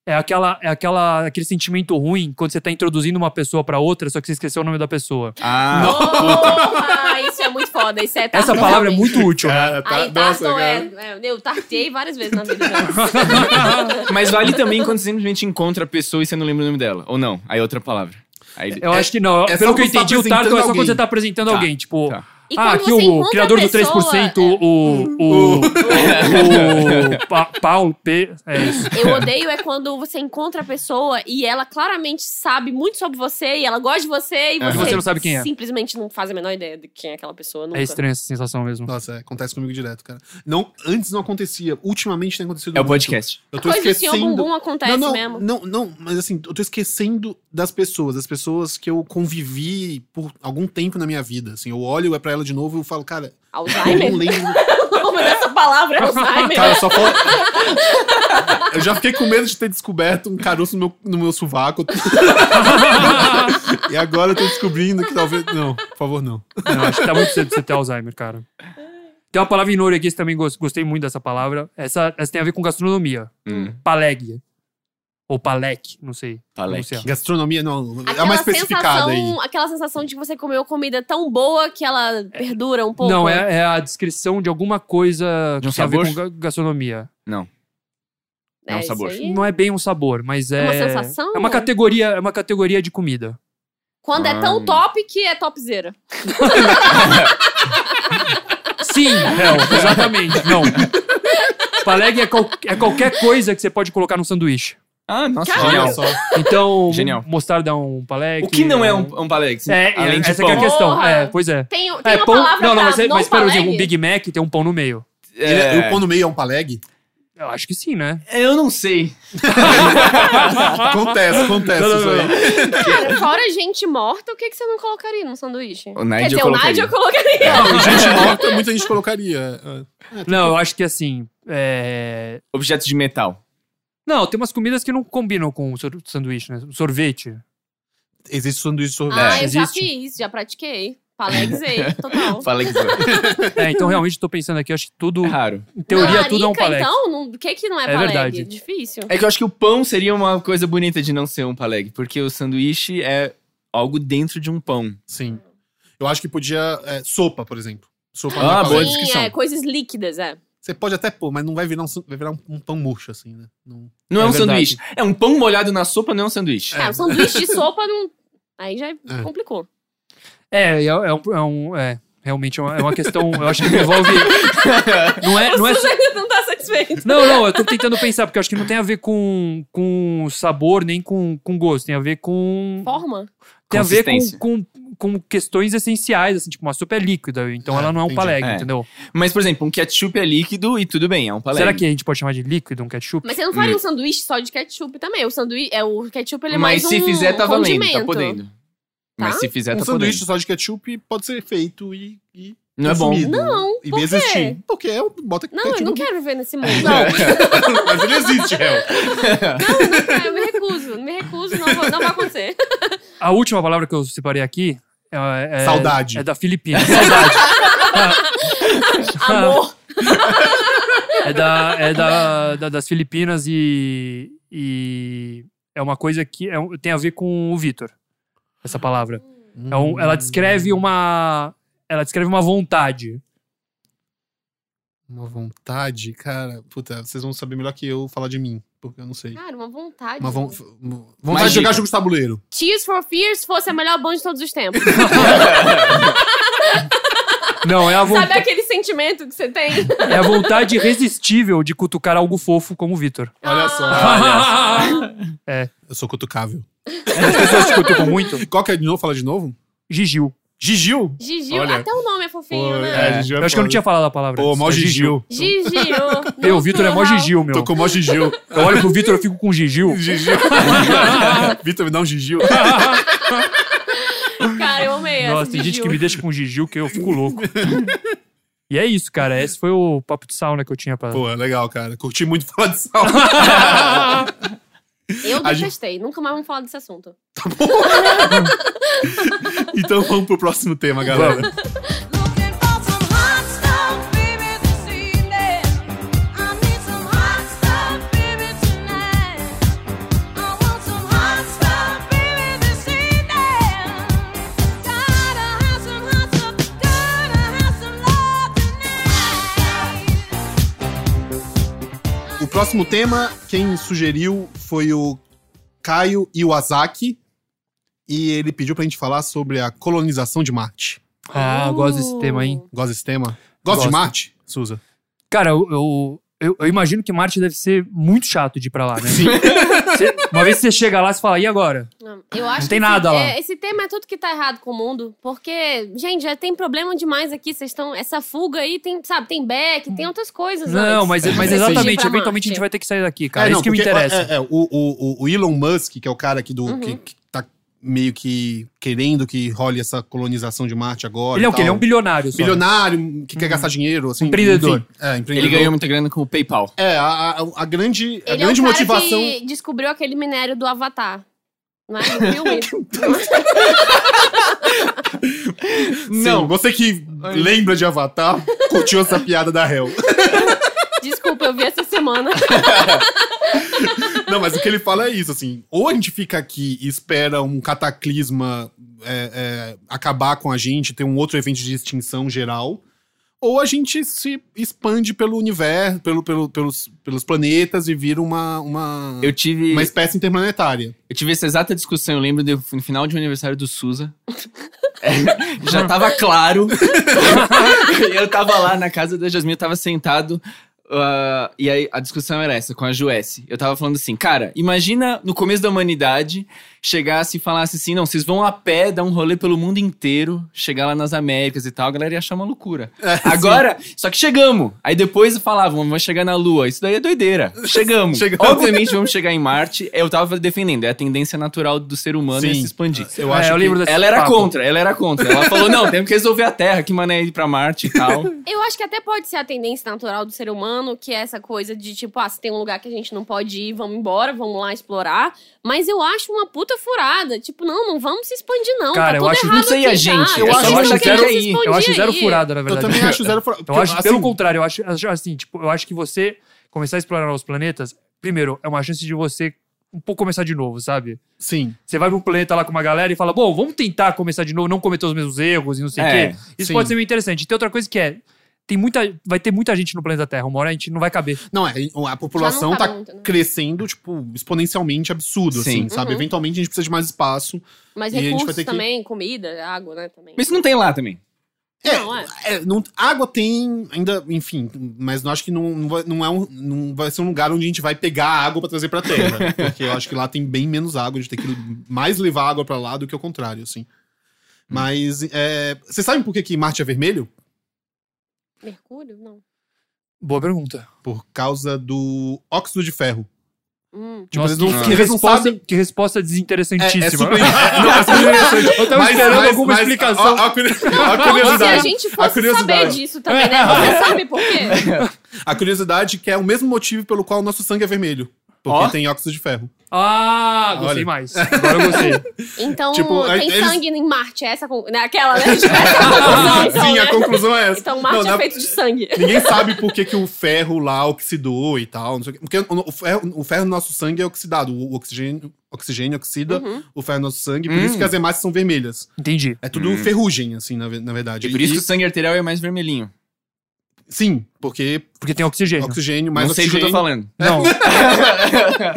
É, aquela, é aquela, aquele sentimento ruim quando você tá introduzindo uma pessoa pra outra, só que você esqueceu o nome da pessoa.
Ah,
Porra, isso é muito foda. Isso é
Essa
tartar
palavra é
também.
muito útil. né?
Cara, tá-
Aí,
nossa,
tartam é,
cara.
é- Eu tartei várias vezes na vida. já.
Mas vale também quando você simplesmente encontra a pessoa e você não lembra o nome dela. Ou não. Aí é outra palavra. Aí,
Eu
É-
acho que não.
é só
Pelo que eu
quando tá
entendi, o Tartan é só
apresentando
quando você
alguém.
tá apresentando
Tá,
alguém. Tipo,
tá.
E quando
ah, aqui
você
o
encontra
criador
a
do 3%,
pessoa, é.
o. O. O. Pa- Paulo P. É isso.
Eu odeio é quando você encontra a pessoa e ela claramente sabe muito sobre você e ela gosta de você e
Aham.
você,
E você não sabe quem é.
simplesmente não faz a menor ideia de quem é aquela pessoa. Nunca.
É estranha essa sensação mesmo.
Nossa, é, acontece comigo direto, cara. Não, antes não acontecia. Ultimamente tem acontecido
É o
muito.
podcast.
Eu tô
Coisa do senhor
esquecendo.
bumbum acontece
não, não,
Tá, é mesmo.
não, não, mas assim, eu tô esquecendo das pessoas, das pessoas que eu convivi por algum tempo na minha vida. Assim, eu olho é pra ela de novo e eu falo, cara, eu
Alzheimer?
não lembro.
O nome dessa palavra
Tá,
é Alzheimer.
Cara, só falta. Eu já fiquei com medo de ter descoberto um caroço no meu, no meu sovaco. e agora eu tô descobrindo que talvez. Não, por favor, não.
Não, acho que tá muito cedo pra você ter Alzheimer, cara. Tem uma palavra em norueguês também, gos- gostei muito dessa palavra. Essa, essa tem a ver com gastronomia.
Hum.
Paleg. Ou palek, não sei.
Palek.
Pronunciar.
Gastronomia, não. é
Aquela
mais especificada aí.
sensação, aquela sensação de que você comeu comida tão boa que ela perdura um pouco.
Não, é, é a descrição de alguma coisa
De um
que tem a ver
sabor?
com ga- gastronomia.
é um
isso
sabor.
aí.
Não é bem um sabor, mas é.
uma sensação? né?
É uma categoria, é uma categoria de comida.
Quando é tão
Ah.
top que é topzera.
Sim, não, exatamente. Não. Paleg é, qual- é qualquer coisa que você pode colocar num sanduíche.
Ah, nossa,
Caralho.
Olha
genial.
só.
Então,
Genial.
mostarda é um paleg.
O que não é um, um palec?
É,
além de
essa
pão.
que é a questão.
Porra.
É, pois é.
Tem, tem
É
uma
pão.
palavra
Não, não,
pra
mas, mas espera,
não
eu digo, um
paleg?
Big Mac tem um pão no meio.
Ele-
É,
O pão no meio é um paleg?
Eu acho que sim, né?
eu não sei.
Acontece, acontece
Não, não,
isso aí.
Cara, fora gente morta, o que, que você não colocaria num sanduíche?
O Nigel
Quer dizer,
colocaria.
o Nigel colocaria.
Gente morta, muita gente colocaria. é.
É,
Não, eu acho que assim. é,
Objeto de metal.
Não, tem umas comidas que não combinam com o sor- sanduíche, né? Sorvete.
Existe um sanduíche de
Ah,
sorvete.
eu já
existe.
fiz, já pratiquei. Paleguezei, total.
Palec
É, então realmente tô pensando aqui, eu acho que tudo.
é raro.
Em teoria, tudo é um
Larica,
paleg.
Então, não- o que que não é,
É
paleg?
verdade.
Difícil.
É que eu acho que o pão seria uma coisa bonita de não ser um paleg, porque o sanduíche é algo dentro de um pão.
Sim. Eu acho que podia. é, sopa, por exemplo. Sopa
Ah,
não é
boa
paleg.
Sim,
descrição.
é, coisas líquidas, é.
Você pode até pôr, mas não vai virar um, san- vai virar um, um pão murcho, assim, né? Não-
Não é,
É
um
verdade.
sanduíche. É um pão molhado na sopa, não é um sanduíche.
É, o sanduíche de sopa não... Aí já
É.
complicou.
É, é, é um. É um- é, realmente é uma, é uma questão. Eu acho que envolve. Não é. Não, é,
Você não tá satisfeito.
não, não, eu tô tentando pensar, porque eu acho que não tem a ver com, com sabor nem com, com gosto. Tem a ver com.
Forma?
tem a ver
Consistência.
com, com, com questões essenciais, assim, tipo, uma sopa é líquida, então
Ah,
ela não é um
entendi.
paleg,
É.
entendeu?
Mas, por exemplo, um ketchup é líquido e tudo bem, é um paleg.
Será que a gente pode chamar de líquido um ketchup?
Mas você não faria um sanduíche só de ketchup também. O sanduíche, é, o ketchup ele é
Mas
mais um
se fizer, tá valendo,
condimento.
tá podendo. Mas
Tá?
se fizer,
um
tá
sanduíche
podendo.
só de ketchup pode ser feito e. e
Não é bom.
consumido.
Não,
E
por
bem
quê?
existir. Porque é, um- bota
Não, eu não
ketchup.
quero viver nesse mundo.
Não, mas ele existe, é. réu.
Não, eu me recuso. Me recuso, não, vou- não vai acontecer.
A última palavra que eu separei aqui é, é-
Saudade.
É da Filipina. Saudade.
Amor.
É, da, é da, da- das Filipinas e, e é uma coisa que é um- tem a ver com o Vitor. Essa palavra. É
Hum,
um- ela descreve uma. Ela descreve uma vontade.
Uma vontade, cara. Puta, vocês vão saber melhor que eu falar de mim, porque eu não sei.
Cara, uma vontade.
Uma von- uma vontade
Mas
de jogar
dica.
jogo de tabuleiro.
Tears for Fears fosse a melhor banda de todos os tempos.
Não, é a,
Sabe
vontade,
aquele sentimento que você tem?
é a vontade irresistível de cutucar algo fofo como o Vitor.
Olha só.
Ah,
Eu sou cutucável.
As pessoas te cutucam muito.
Qual que é de novo? Fala de novo?
Gigil.
Gigil?
Gigil,
Olha.
até o nome é fofinho,
Pô,
né?
é, Gigil é
Eu acho que
foda.
eu não tinha falado a palavra.
Pô,
antes.
mó
É
Gigil.
Gigil.
Eu, o
no
Vitor é mó
plural.
Gigil, meu.
Tô com o maior Gigil.
Eu olho pro Vitor, eu fico com Gigil.
Gigil. Vitor, me dá um Gigil.
Cara, eu amei essa.
Nossa, tem gente
Gigil.
que me deixa com Gigil que eu fico louco. e é isso, cara. Esse foi o papo de sauna que eu tinha pra.
Pô, legal, cara. Curti muito falar de sal.
Eu
A gente-
detestei. Nunca mais vamos falar desse assunto.
então vamos pro próximo tema, galera.
Looking for some hot stuff, baby, this evening. I need some hot stuff, baby, tonight. I want some hot stuff, baby, this evening. Gotta have some hot stuff, gotta have
Próximo tema, quem sugeriu foi o Caio Iwasaki. E ele pediu pra gente falar sobre a colonização de Marte.
Ah, eu gosto
Oh.
desse tema, hein?
Gosta desse tema? Gosta de
Gosto.
Marte, Suza?
Cara, eu, eu, eu- eu imagino que Marte deve ser muito chato de ir pra lá, né? Você- uma vez que você chega lá, você fala, e agora?
Não, eu acho
tem
que
nada
esse,
lá.
é, esse tema é tudo que tá errado com o mundo. Porque, gente, já tem problema demais aqui. Vocês estão. Essa fuga aí tem, sabe, tem back, tem outras coisas.
Hum. Não,
antes.
mas, é, mas
Antes de ir
exatamente,
pra
eventualmente a gente
Marte.
vai ter que sair daqui, cara. É,
não,
isso que me
porque,
interessa.
é, é, o, o- o- o Elon Musk, que é o cara aqui do,
Uhum.
que, que tá meio que querendo que role essa colonização de Marte agora.
Ele é
e
o quê? Ele é
tal.
um bilionário. só.
então, bilionário que quer gastar dinheiro, assim.
Empreendedor.
enfim. é, empreendedor.
Ele ganhou muita grana com o PayPal.
É, a, a- a grande, a
Ele
grande
é o cara
motivação.
que descobriu aquele minério do Avatar. Não é? Do filme.
Sim, você que lembra de Avatar, curtiu essa piada da Hell.
Desculpa, eu vi essa semana.
Não, mas o que ele fala é isso, assim. Ou a gente fica aqui e espera um cataclisma é, é, acabar com a gente, ter um outro evento de extinção geral. Ou a gente se expande pelo universo, pelo, pelo- pelos, pelos planetas e vira uma, uma,
Eu tive,
uma espécie interplanetária.
eu tive essa exata discussão, eu lembro de, no final de um aniversário do Suza. É, já tava claro. E eu tava lá na casa da Jasmine, eu tava sentado. ah, e aí a discussão era essa com a Juesse. Eu tava falando assim, cara, imagina no começo da humanidade chegasse e falasse assim: não, vocês vão a pé dar um rolê pelo mundo inteiro, chegar lá nas Américas e tal, a galera ia achar uma loucura. Agora, só que chegamos. Aí depois falavam, vamos chegar na Lua. Isso daí é doideira. Chegamos.
Chegamos.
Obviamente vamos chegar em Marte. Eu tava defendendo, é a tendência natural do ser humano é
Sim.
se expandir.
Eu
É,
acho
eu
que- um
lembro desse
Ela era
papo.
contra, ela era contra. Ela falou: não, temos que resolver a Terra, que mané é ir pra Marte e tal.
Eu acho que até pode ser a tendência natural do ser humano, que é essa coisa de tipo, ah, se tem um lugar que a gente não pode ir, vamos embora, vamos lá explorar. Mas eu acho uma puta furada. Tipo, não, não vamos se expandir, não.
Cara,
tá
eu
tudo
acho-
errado
não sei
aqui
a gente,
já.
eu
Vocês
só
não
acho que
querem
quero
se
ir.
expandir
Eu acho zero
aí.
furada, na
Eu
verdade.
também acho zero. fora-
Eu acho
assim,
pelo contrário, eu acho, acho assim, tipo, eu acho que você começar a explorar novos planetas, primeiro, é uma chance de você um pouco começar de novo, sabe?
Sim.
Você vai pra um planeta lá com uma galera e fala, bom, vamos tentar começar de novo, não cometer os mesmos erros e não sei o
É,
quê. Isso
sim.
pode ser meio interessante. E tem outra coisa que é, tem muita, vai ter muita gente no planeta Terra, uma hora a gente não vai caber.
Não, é, a população
Já não
tá,
tá muito, né?
crescendo, tipo, exponencialmente absurdo,
Sim.
assim, sabe?
Uhum.
Eventualmente a gente precisa de mais espaço.
Mas
E a gente vai
recursos
ter que-
também, comida, água, né? Também.
Mas isso não tem lá também.
Não, é.
É, não- água tem ainda, enfim, mas não acho que não, não, vai, não é um, não vai ser um lugar onde a gente vai pegar a água pra trazer pra terra. porque eu acho que lá tem bem menos água, a gente tem que mais levar água pra lá do que o contrário,
Hum.
assim. Mas, é, vocês sabem por que, que Marte é vermelho?
Mercúrio? Não.
Boa pergunta.
Por causa do óxido de ferro.
Hum.
Tipo,
Nossa,
eles
que,
não-
que
eles não
resposta,
sabem-
que resposta desinteressantíssima.
super-
Não, é super interessante. Eu tava
Mas-
esperando
mas-
alguma
mas-
explicação.
ó, ó a curi- ó a
Como se a
curiosidade.
gente
A
fosse
curiosidade. É.
saber disso também, né? Você sabe por quê?
A curiosidade que é o mesmo motivo pelo qual o nosso sangue é vermelho. Porque
Ó.
tem óxido de ferro.
Ah, gostei
Olha.
mais. Agora eu gostei.
Então,
Tipo, a-
tem
eles-
sangue em Marte, é essa... con- né? Aquela, né? Essa
Ah,
conclusão, então,
Sim,
né?
a conclusão é essa.
Então, Marte
Não,
é
na-
feito de sangue.
Ninguém sabe por que, que o ferro lá oxidou e tal. Não sei o quê. Porque o o ferro, o ferro no nosso sangue é oxidado. O oxigênio, oxigênio oxida
Uhum.
o ferro no nosso sangue. Por
Hum.
isso que as hemácias são vermelhas.
Entendi.
É tudo ferrugem, assim, na, ve- na verdade.
E por isso que o sangue arterial é mais vermelhinho.
Sim, porque
Porque tem oxigênio.
oxigênio, mais
não sei o que
oxigênio...
eu tô falando.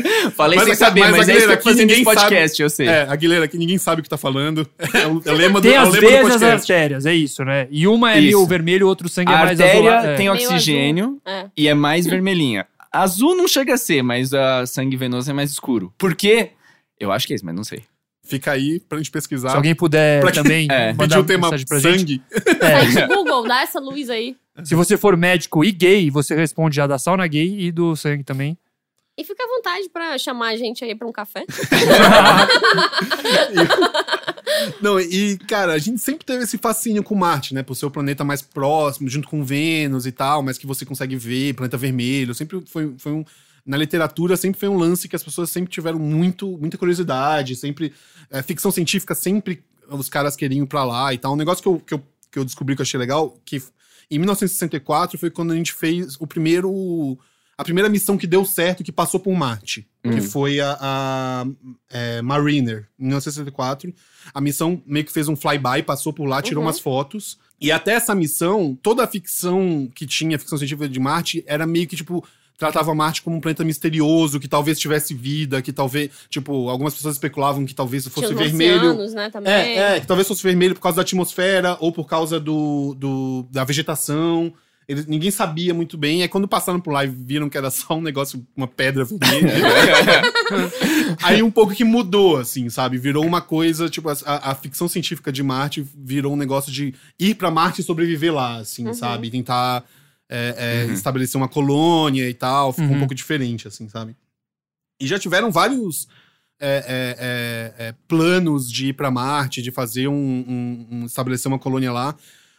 Não,
Falei
Mas
sem
a-
saber,
mas a
mas, é isso que
galera
eu tô fazendo
aqui,
esse
ninguém
podcast, eu sei.
É, a Guilherme aqui, ninguém sabe o que tá falando. É o, é o lema do,
tem
é o
as
lema do
veias e as
podcast.
artérias, é isso, né? E uma é
Isso.
meio vermelho, o outro sangue
A
é mais azul.
artéria
É.
tem
Meio
oxigênio
É.
e é mais vermelhinha. Azul não chega a ser, mas a sangue venoso é mais escuro. Por quê? Eu acho que é isso, mas não sei.
Fica aí pra gente pesquisar.
Se alguém puder
um Pra quem-
também
É.
mandar
pedir o tema
mensagem pra gente.
sangue,
É.
Site Google, dá essa luz aí.
Se você for médico e gay, você responde já da sauna gay e do sangue também.
E fica à vontade pra chamar a gente aí pra um café.
Não, e, cara, a gente sempre teve esse fascínio com Marte, né? Por ser o planeta mais próximo, junto com Vênus e tal, mas que você consegue ver, planeta vermelho. Sempre foi, foi um. Na literatura sempre foi um lance que as pessoas sempre tiveram muito, muita curiosidade, sempre. é, ficção científica sempre os caras queriam ir pra lá e tal. Um negócio que eu, que eu, que eu descobri que eu achei legal, que f- em 1964 foi quando a gente fez o primeiro. A primeira missão que deu certo, que passou por Marte, que
Hum.
foi a, a, é, Mariner, em 1964. A missão meio que fez um flyby, passou por lá, tirou
Uhum.
umas fotos. E até essa missão, toda a ficção que tinha, a ficção científica de Marte, era meio que tipo. tratava Marte como um planeta misterioso, que talvez tivesse vida, que talvez, tipo, algumas pessoas especulavam que talvez fosse
Tinha os
vermelho.
oceanos, né, também.
É, é, que talvez fosse vermelho por causa da atmosfera ou por causa do, do- da vegetação. Eles- ninguém sabia muito bem. Aí quando passaram por lá e viram que era só um negócio, uma pedra vermelha. aí um pouco que mudou, assim, sabe? Virou uma coisa, tipo, a, a- a ficção científica de Marte virou um negócio de ir pra Marte e sobreviver lá, assim, sabe? E tentar é, é, estabelecer uma colônia e tal. Ficou um
Uhum.
pouco diferente, assim, sabe? E já tiveram vários é, é, é, é, planos de ir pra Marte, de fazer um, um- um- estabelecer uma colônia lá.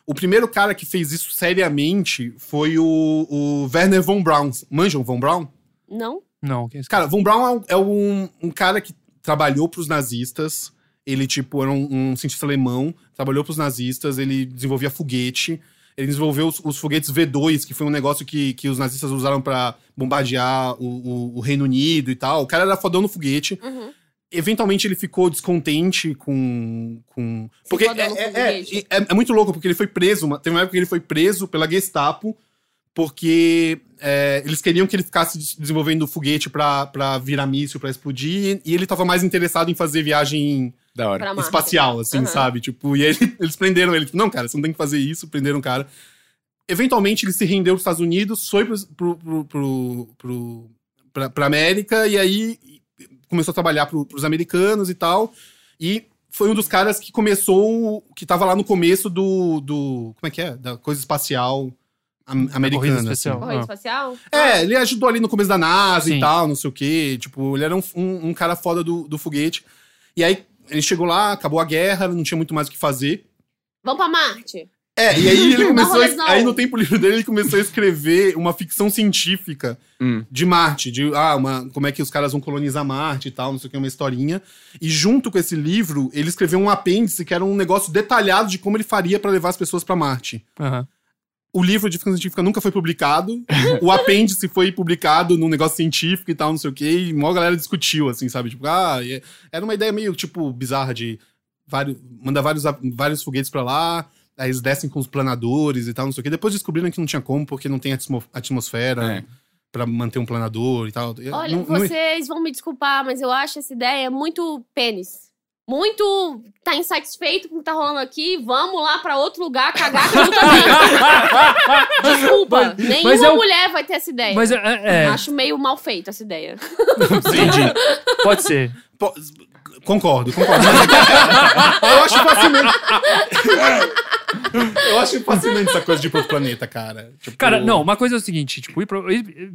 O primeiro cara que fez isso seriamente foi o, o Werner von Braun. Manjam von Braun?
Não?
Não, quem é esse
Cara, von Braun é um- é um, um cara que trabalhou pros nazistas. Ele, tipo, era um, um cientista alemão, trabalhou pros nazistas, ele desenvolvia foguete. Ele desenvolveu os, os foguetes V2, que foi um negócio que, que os nazistas usaram pra bombardear o, o- o Reino Unido e tal. O cara era fodão no foguete.
Uhum.
Eventualmente ele ficou descontente com. com... Porque é,
fodão no
é- é-
foguete.
é- é muito louco, porque ele foi preso. uma- Teve uma época que ele foi preso pela Gestapo, porque é, eles queriam que ele ficasse des- desenvolvendo foguete pra, pra virar míssil, pra explodir. E ele tava mais interessado em fazer viagem
Da hora.
Pra Marte. tá?
espacial, assim,
Aham.
sabe? Tipo, e aí ele- eles prenderam ele. Tipo, não, cara, você não tem que fazer isso. Prenderam o cara. Eventualmente ele se rendeu pros Estados Unidos, foi pros- pro, pro, pro, pro- pra, pra América e aí começou a trabalhar pro, pros americanos e tal. E foi um dos caras que começou, o- que tava lá no começo do, do como é que é? Da coisa espacial am-
corrida
americana. assim.
especial.
Corrida
Ah.
espacial?
É, ele ajudou ali no começo da NASA e
Sim.
tal, não sei o quê. Tipo, ele era um, um- um cara foda do, do foguete. E aí, ele chegou lá, acabou a guerra, não tinha muito mais o que fazer.
Vamos pra Marte.
É, e aí ele
Dá
começou. a-
rolezão.
aí no tempo livre dele, ele começou a escrever uma ficção científica
Hum.
de Marte, de ah, uma, como é que os caras vão colonizar Marte e tal, não sei o que, uma historinha. E junto com esse livro, ele escreveu um apêndice que era um negócio detalhado de como ele faria pra levar as pessoas pra Marte.
Aham.
O livro de ficção científica nunca foi publicado. o apêndice foi publicado num negócio científico e tal, não sei o quê. E a maior galera discutiu, assim, sabe? Tipo, ah, e- era uma ideia meio, tipo, bizarra de vários, mandar vários, a- vários foguetes pra lá, aí eles descem com os planadores e tal, não sei o quê. Depois descobriram que não tinha como, porque não tem atmo- atmosfera
É.
pra manter um planador e tal. Eu-
Olha,
não- não-
vocês vão me desculpar, mas eu acho essa ideia muito pênis. Muito tá insatisfeito com o que tá rolando aqui, vamos lá pra outro lugar cagar tudo também. Desculpa,
Mas- mas
nenhuma
é o-
mulher vai ter essa ideia.
Mas é, é, é,
Acho meio mal feito essa ideia.
Entendi.
pode ser.
Po- Concordo, concordo. é eu acho fascinante. eu acho fascinante essa coisa de ir pro planeta, cara. Tipo,
Cara, não, uma coisa é o seguinte, tipo, ir pro- ir- ir-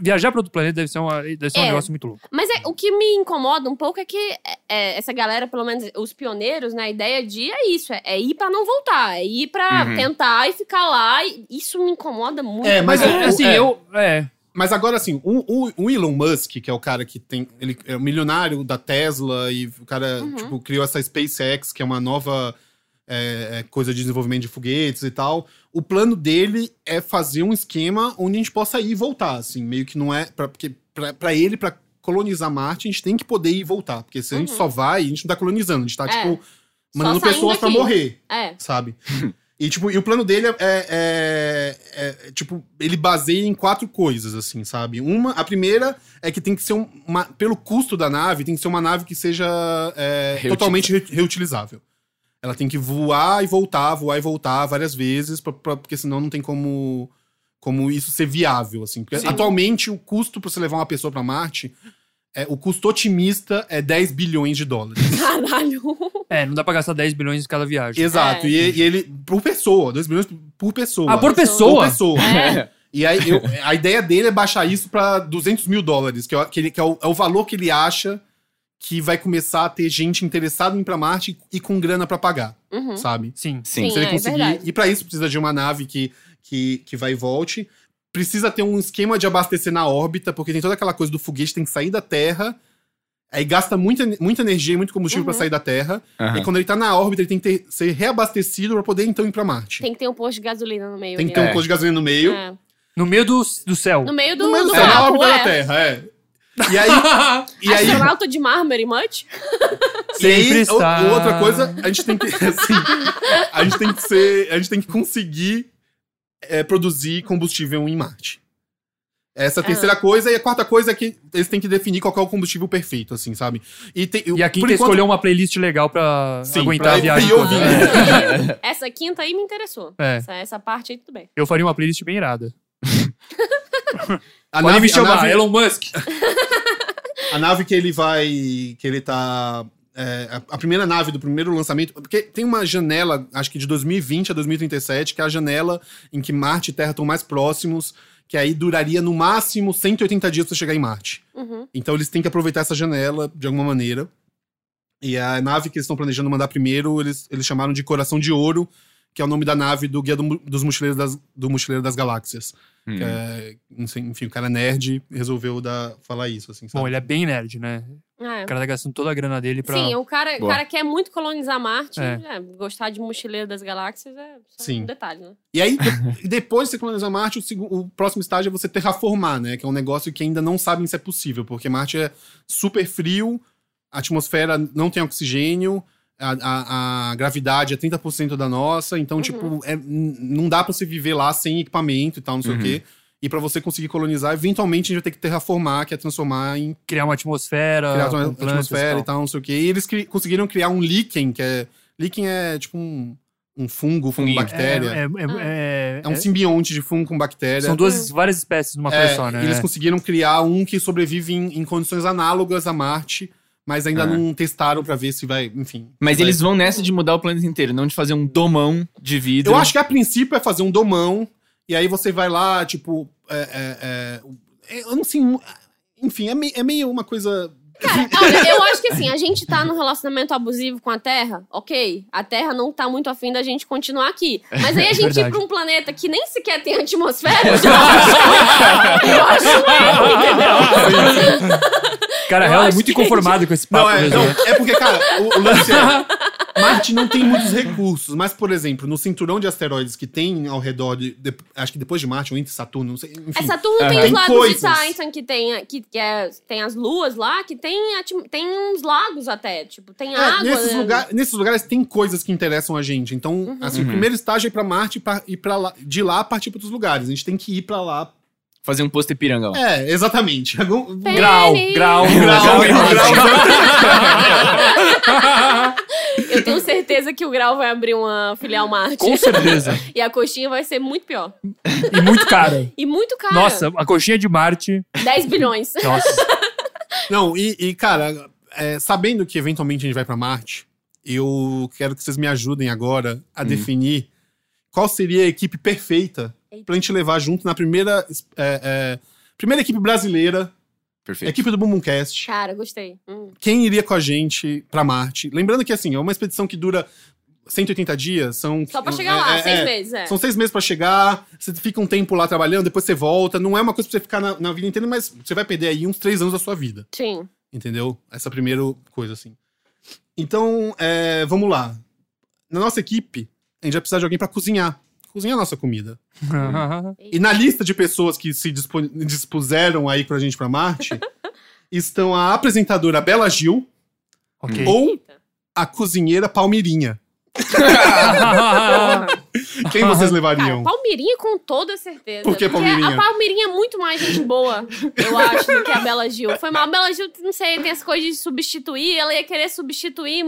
viajar pra outro planeta deve ser, uma- deve ser um
É.
negócio muito louco.
Mas é- o que me incomoda um pouco é que é, é, essa galera, pelo menos os pioneiros, né? A ideia de é isso, é, é ir pra não voltar, é ir pra
Uhum.
tentar e ficar lá. e isso me incomoda muito.
É, mas
Mas,
o-
assim,
é.
eu... É,
Mas agora, assim, o, o- o Elon Musk, que é o cara que tem. Ele é o milionário da Tesla e o cara,
Uhum.
tipo, criou essa SpaceX, que é uma nova é, é, coisa de desenvolvimento de foguetes e tal. O plano dele é fazer um esquema onde a gente possa ir e voltar, assim, meio que não é. Pra, porque pra, pra ele, pra colonizar Marte, a gente tem que poder ir e voltar. Porque se a gente só vai, a gente não tá colonizando, a gente tá,
Uhum. É.
tipo,
Só
mandando
saindo
pessoas pra
aqui.
morrer
É.
sabe? E, tipo, e o plano dele é, é- é- é, Tipo, ele baseia em quatro coisas, assim, sabe? Uma, a primeira é que tem que ser um- uma. Pelo custo da nave, tem que ser uma nave que seja é,
Reutilizável.
totalmente re- reutilizável. Ela tem que voar e voltar, voar e voltar várias vezes, pra- pra- porque senão não tem como, como isso ser viável, assim. Porque atualmente o custo pra você levar uma pessoa pra Marte, é, o custo otimista é 10 bilhões de dólares.
Caralho.
é, não dá pra gastar 10 bilhões em cada viagem.
Exato,
É.
e, e ele, por pessoa, 2 milhões por pessoa.
Ah, por
Por
pessoa?
pessoa.
É.
E aí, eu- a ideia dele é baixar isso pra 200 mil dólares, que, é, o- que ele- que é o, é o valor que ele acha que vai começar a ter gente interessada em ir pra Marte e, com grana pra pagar,
Uhum.
sabe?
Sim.
Sim.
Sim.
Se ele
é
conseguir.
verdade.
e pra isso precisa de uma nave que, que, que vai e volte. Precisa ter um esquema de abastecer na órbita, porque tem toda aquela coisa do foguete, tem que sair da Terra. Aí gasta muita, muita energia e muito combustível pra
Uhum.
sair da Terra.
Aham.
E quando ele tá na órbita, ele tem que ter- ser reabastecido pra poder então ir pra Marte. Tem,
Tem que ter um posto de gasolina no meio.
que ter
ali,
um
né?
posto de gasolina no meio.
É.
No meio do, do céu.
No meio do,
No meio do
do
céu, na
vácuo,
órbita da
é.
Terra, é. E aí. e aí,
Astronauta de Marmory Much?
e aí,
Sempre
ou-
está.
outra coisa, a gente tem que. assim, a gente tem que ser. A gente tem que conseguir é, produzir combustível em Marte. Essa é a terceira coisa. E a quarta coisa é que eles têm que definir qual que é o combustível perfeito, assim, sabe? E, tem,
E a
por
quinta um
enquanto-
escolheu uma playlist legal pra
Sim,
aguentar
pra né?
a viagem.
ir ouvindo.
toda. É.
Essa quinta aí me interessou.
É.
Essa, essa parte aí, tudo bem.
Eu faria uma playlist bem irada.
A
Podem me chamar,
a nave,
Elon Musk.
a nave que ele vai. que ele tá. é, a- a primeira nave do primeiro lançamento. Porque tem uma janela, acho que de 2020 a 2037, que é a janela em que Marte e Terra estão mais próximos, que aí duraria no máximo 180 dias pra chegar em Marte.
Uhum.
Então eles têm que aproveitar essa janela de alguma maneira. E a nave que eles estão planejando mandar primeiro, eles, eles chamaram de Coração de Ouro, que é o nome da nave do Guia do Mu- dos Mochileiros das, do Mochileiro das Galáxias.
Hum.
Que é, enfim, o cara nerd resolveu dar, falar isso, assim, sabe?
Bom, ele é bem nerd, né?
Ah, é.
O cara tá gastando toda a grana dele pra.
Sim, o cara, o
Boa.
cara quer muito colonizar Marte.
É.
né? gostar de Mochileiro das Galáxias é só
Sim.
um detalhe, né?
E aí, de- e depois de você colonizar Marte, o, segu- o próximo estágio é você terraformar, né? Que é um negócio que ainda não sabem se é possível, porque Marte é super frio, a atmosfera não tem oxigênio, a, a- a gravidade é 30% da nossa, então, tipo, é- n- não dá pra você viver lá sem equipamento e tal, não sei o
Uhum.
quê. E pra você conseguir colonizar, eventualmente a gente vai ter que terraformar, que é transformar em
Criar uma atmosfera.
criar uma
É, com plantas
atmosfera e
tal.
tal, não sei o quê. E eles cri- conseguiram criar um líquen, que é. Líquen é tipo um, um fungo, com
Funguinho.
bactéria.
É, é, é-
É um simbionte de fungo com bactéria.
São duas várias espécies numa
É,
coisa só, né?
Eles
É.
conseguiram criar um que sobrevive em, em condições análogas a Marte, mas ainda
Ah.
não testaram pra ver se vai, enfim.
Mas
vai-
eles vão nessa de mudar o planeta inteiro, não de fazer um domão de vida.
Eu acho que a princípio é fazer um domão, e aí você vai lá, tipo. é, é, é, eu não sei. um- Enfim, é, mei- é meio uma coisa.
Cara, olha, eu acho que assim, a gente tá num relacionamento abusivo com a Terra, ok. A Terra não tá muito afim da gente continuar aqui. Mas aí a gente ir
Verdade.
pra um planeta que nem sequer tem atmosfera, eu já acho. Eu acho erro, entendeu?
Cara,
Eu
real é
acho
muito
que-
inconformado com esse papo.
Não, é,
mesmo,
não,
né?
é porque, cara, o, o lance é. Marte não tem muitos recursos, mas, por exemplo, no cinturão de asteroides que tem ao redor de. de- acho que depois de Marte ou entre Saturno, não sei.
É
Enfim.
Saturno tem
Aham.
os
Tem
lagos
coisas.
de Titan que tem, que, que é- tem as luas lá, que tem, ati- tem uns lagos até, tipo, tem
É,
água.
nesses,
né?
lugar- nesses lugares tem coisas que interessam a gente. Então, assim, o primeiro estágio é ir pra Marte e pra, ir pra lá, de lá partir pra outros lugares. A gente tem que ir pra lá.
Fazer um posto Ipiranga lá.
É, exatamente. Algum-
Tem-
Grau, grau,
Grau, grau,
Eu tenho certeza que o Grau vai abrir uma filial Marte.
Com certeza.
E a coxinha vai ser muito pior.
E muito caro.
E muito cara.
Nossa, a coxinha de Marte.
10 bilhões.
Nossa.
Não, e, e, cara, é, sabendo que eventualmente a gente vai pra Marte, eu quero que vocês me ajudem agora a definir qual seria a equipe perfeita pra gente levar junto na primeira. é, é, primeira equipe brasileira,
Perfeito.
equipe do Bumbumcast.
Cara, gostei. Hum.
quem iria com a gente pra Marte. Lembrando que, assim, é uma expedição que dura 180 dias, são...
Só pra chegar lá,
é, é,
seis
é.
meses, é.
São seis meses pra chegar, você fica um tempo lá trabalhando, depois você volta. Não é uma coisa pra você ficar na, na vida inteira, mas você vai perder aí uns três anos da sua vida,
Sim.
entendeu? Essa é primeira coisa, assim. Então, é, vamos lá. Na nossa equipe, a gente vai precisar de alguém pra cozinhar. Cozinhar a nossa comida. E na lista de pessoas que se dispu- dispuseram aí pra gente pra Marte, estão a apresentadora Bela Gil,
ok.
Ou a cozinheira Palmeirinha. Quem vocês
Cara,
Ah,
levariam?
Palmeirinha com toda certeza.
Por que
Porque
Palmeirinha?
a Palmeirinha é muito mais gente boa, eu acho, do que a Bela Gil. Foi mal. A Bela Gil, não sei, tem essa coisa de substituir, ela ia querer substituir.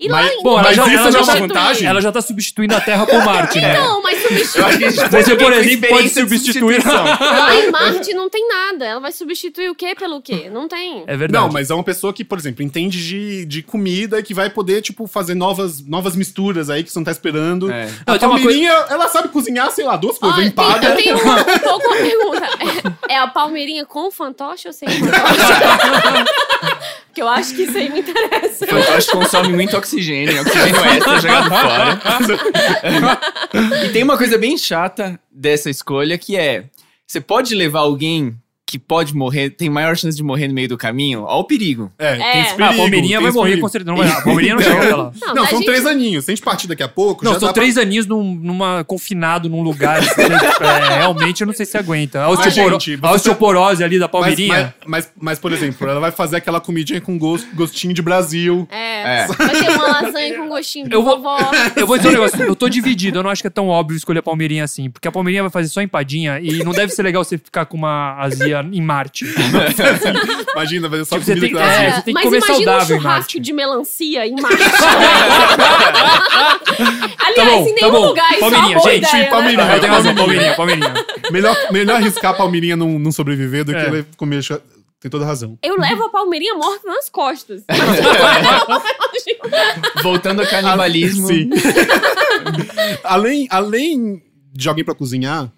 E lá em...
Bom, ela
Mas
já,
isso já
ela,
é
já
uma
tá,
vantagem?
ela já tá substituindo a Terra por Marte,
é.
né?
Não, mas substituir.
Você, por
Alguém com
exemplo, pode
experiência de
substituir.
lá em Marte não tem nada. Ela vai substituir o quê pelo quê? Não tem.
é verdade.
Não, mas é uma pessoa que, por exemplo, entende de, de comida e que vai poder, tipo, fazer novas, novas misturas aí que você não tá esperando.
É.
A
Não, tem uma
Palmeirinha, ela sabe cozinhar, sei lá, duas
Ó,
coisas,
Ah,
né?
eu tenho- eu tenho
empada.
uma, um pouco uma pergunta. É, é a Palmeirinha com fantoche ou sem fantoche? Porque eu acho que isso aí me interessa.
Eu acho que consome muito oxigênio, oxigênio extra é jogado fora. e tem uma coisa bem chata dessa escolha que é: você pode levar alguém que pode morrer, tem maior chance de morrer no meio do caminho, ao perigo.
É, tem
Ah,
esse
Ah,
perigo,
a Palmeirinha
tem
vai
esse
morrer
perigo.
com certeza. Não, vai- a Palmeirinha não chega até lá.
Não,
Não,
a
são
gente-
três aninhos. Se a gente partir daqui a pouco,
Não,
já
são
dá pra-
três aninhos num- numa, confinados num lugar. assim, é, realmente eu não sei se aguenta. A, osteoporo-
gente, você-
a osteoporose ali da
Mas,
Palmeirinha.
mas, mas, mas, por exemplo, ela vai fazer aquela comidinha com gosto- gostinho de Brasil.
É,
É.
Vai ter uma lasanha com gostinho de
Eu vou-
vovó.
Eu vou dizer um negócio, eu tô dividido, eu não acho que é tão óbvio escolher a Palmeirinha assim, porque a Palmeirinha vai fazer só empadinha e não deve ser legal você ficar com uma azia em Marte.
Imagina, fazer só
Tipo, você
comida
tem-
com
é,
lasanha.
você tem que
mas
comer
imagina
saudável,
um churrasco
Marte.
de melancia em Marte. Aliás,
Tá bom,
em
tá
nenhum
bom.
lugar isso é uma
Palmeirinha,
boa
gente,
ideia, né?
Palmeirinha.
Eu tenho razão, Palmeirinha, Palmeirinha.
Melhor, melhor arriscar a palmeirinha não, não sobreviver do que
É.
ele comer. chu- Tem toda razão.
Eu levo a palmeirinha morta nas costas.
Voltando ao canibalismo.
Ah, Sim. além, além de alguém pra cozinhar,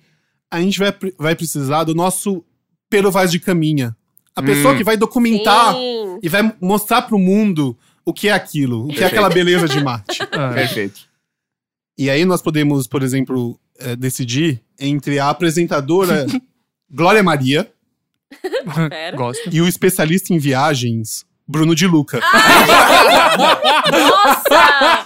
a gente vai, pre- vai precisar do nosso perovaz de caminha. A pessoa
Hum.
que vai documentar
Sim.
e vai mostrar pro mundo o que é aquilo, o que é aquela beleza de Marte.
Ah,
Perfeito.
E aí nós podemos, por exemplo, eh, decidir entre a apresentadora Glória Maria
Pera.
gosto.
e o especialista em viagens, Bruno de Luca.
Ah, Nossa!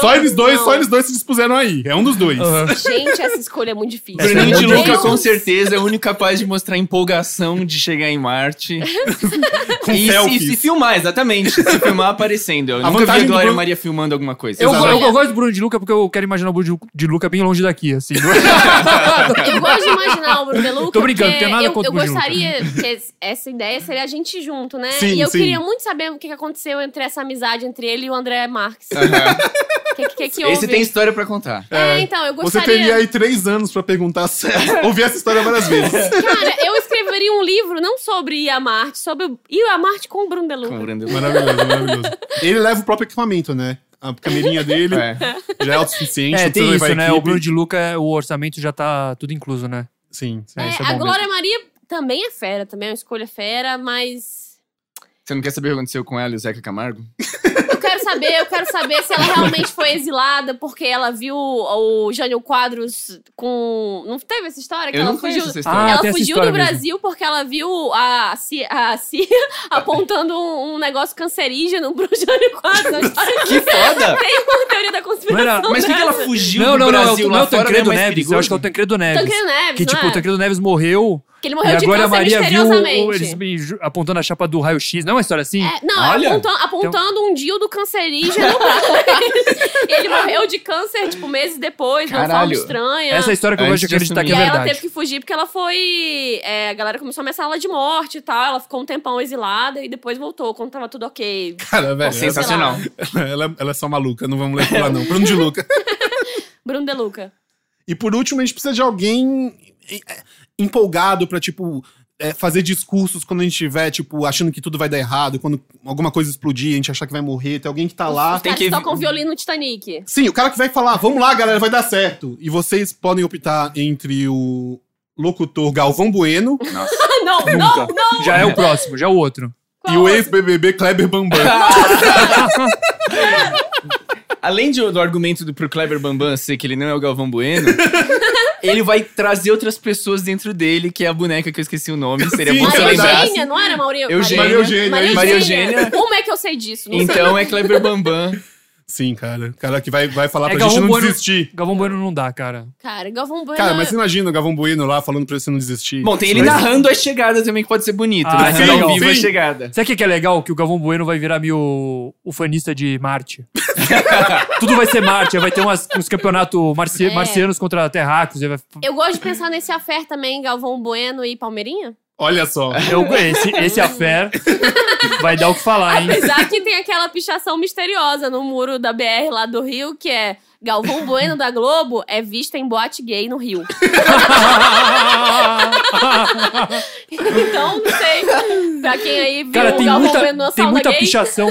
só eles dois,
não.
só eles dois se dispuseram aí. É um dos dois.
Aham.
Gente, essa escolha é muito difícil.
Essa é
Bruninho de
muito
Luca,
Deus.
com certeza, é o único capaz de mostrar empolgação de chegar em Marte.
Com
e, se,
selfies.
se filmar, exatamente. Se filmar aparecendo. Eu
A
nunca vi
vantagem
a
do
Glória
Bruno-
Maria filmando alguma coisa.
Eu,
Exato.
eu- eu gosto do Bruno de Luca porque eu quero imaginar o Bruno de Luca bem longe daqui, assim.
Eu gosto de imaginar o Bruno Deluca.
Tô brincando,
porque
tem nada
eu,
contra
Eu
o Bruno Deluca.
gostaria que es- essa ideia seria a gente junto, né?
Sim,
e eu
sim.
queria muito saber o que que aconteceu entre essa amizade entre ele e o André Marques. O
Aham.
que, que, que, que houve?
É. Esse tem história pra contar.
É, então, eu
Você
gostaria.
teria aí três anos pra perguntar, se- ouvir essa história várias vezes.
Cara, eu escreveria um livro não sobre ir a Marte, sobre o- ir a Marte com o Bruno Deluca.
Com o Brandon.
É Maravilhoso, maravilhoso. Ele leva o próprio equipamento, né? A camerinha dele
É.
já é autossuficiente.
É,
não precisa
tem
levar
isso, né?
equipe.
O Bruno de Luca, o orçamento já tá tudo incluso, né?
Sim, sim.
É,
isso é
a
bom
Glória Maria também é fera, também é uma escolha fera, mas
Você não quer saber o que aconteceu com ela e o Zeca Camargo?
Eu quero saber, eu quero saber se ela realmente foi exilada porque ela viu o Jânio Quadros com. Não teve essa história? É Que
Eu
ela
não
fugiu.
conheço essa
Ah,
história.
ela
tem essa
fugiu
história
do
mesmo.
Brasil porque ela viu a CIA, a CIA apontando um, um negócio cancerígeno pro Jânio Quadros. A história
Que foda!
Tem uma teoria da conspiração.
Não era-
Mas por que ela
dessa.
fugiu
Não,
do
não, não, é
Brasil
o- não é
lá
o
fora?
Tancredo
né? É mais
Neves, eu acho que é o
perigoso?
Tancredo Neves.
Tancredo Neves,
Que tipo,
não é?
o Tancredo Neves morreu
Que ele morreu
e é a
de
Glória
câncer
Maria viu
misteriosamente.
o- eles me ju- apontando a chapa do raio-x. Não é uma história assim?
É, não,
Olha.
aponta- apontando um dildo cancerígeno pra ele. Ele morreu de câncer, tipo, meses depois, de uma forma
Caralho.
estranha.
Essa é história que eu gosto de
Antes de
acreditar que
é. E aí
é
ela
verdade.
teve que fugir porque ela foi. é, a galera começou a ameaçar ela de morte e tal. Ela ficou um tempão exilada e depois voltou quando tava tudo ok.
Cara, velho.
É, Sensacional.
Ela, ela, ela é só maluca, não vamos levar lá, não. Bruno de Luca.
Bruno De Luca.
E por último, a gente precisa de alguém eh, eh, empolgado pra, tipo, eh, fazer discursos quando a gente tiver, tipo, achando que tudo vai dar errado, quando alguma coisa explodir, a gente achar que vai morrer. Tem alguém que tá lá.
Os caras
que-
que tocam violino no Titanic.
Sim, o cara que vai falar, vamos lá, galera, vai dar certo. E vocês podem optar entre o locutor Galvão Bueno
Ah, não, não, não!
Já é o próximo, já é o outro.
e o ex-BBB Kleber Bambam.
Além de- do argumento do, pro Kleber Bambam ser que ele não é o Galvão Bueno, ele vai trazer outras pessoas dentro dele, que é a boneca que eu esqueci o nome. Seria bom se eu
Maria
lembrasse.
Eugênia, não era Maurinho?
Eugênia.
Maria Eugênia.
Maria Eugênia.
Como é que eu sei disso? Não sei.
Então é Kleber Bambam.
Sim, cara. O cara que vai, vai falar
É
pra
Galvão
gente não
Bueno. é.
desistir.
Galvão Bueno não dá, cara.
Cara, Galvão Bueno.
Cara, mas imagina o Galvão Bueno lá falando pra você não desistir.
Bom, tem ele
Mas-
narrando a chegada também, que pode ser bonito.
Ah,
narrando
sim,
ao vivo
sim.
a chegada.
Sabe o que que é legal? Que o Galvão Bueno vai virar meio ufanista de Marte. Tudo vai ser Marte, aí vai ter umas- uns campeonatos marci-
É.
marcianos contra terráqueos. aí vai-
Eu gosto de pensar nesse affair também, Galvão Bueno e Palmeirinha.
Olha só.
Eu, esse, esse affair vai dar o que falar, hein?
Apesar que tem aquela pichação misteriosa no muro da BR lá do Rio, que é Galvão Bueno da Globo é vista em boate gay no Rio. Então, não sei. Pra quem aí viu
Cara,
o
tem
Galvão
muita,
Bueno na
tem
sauna
muita
gay.
pichação.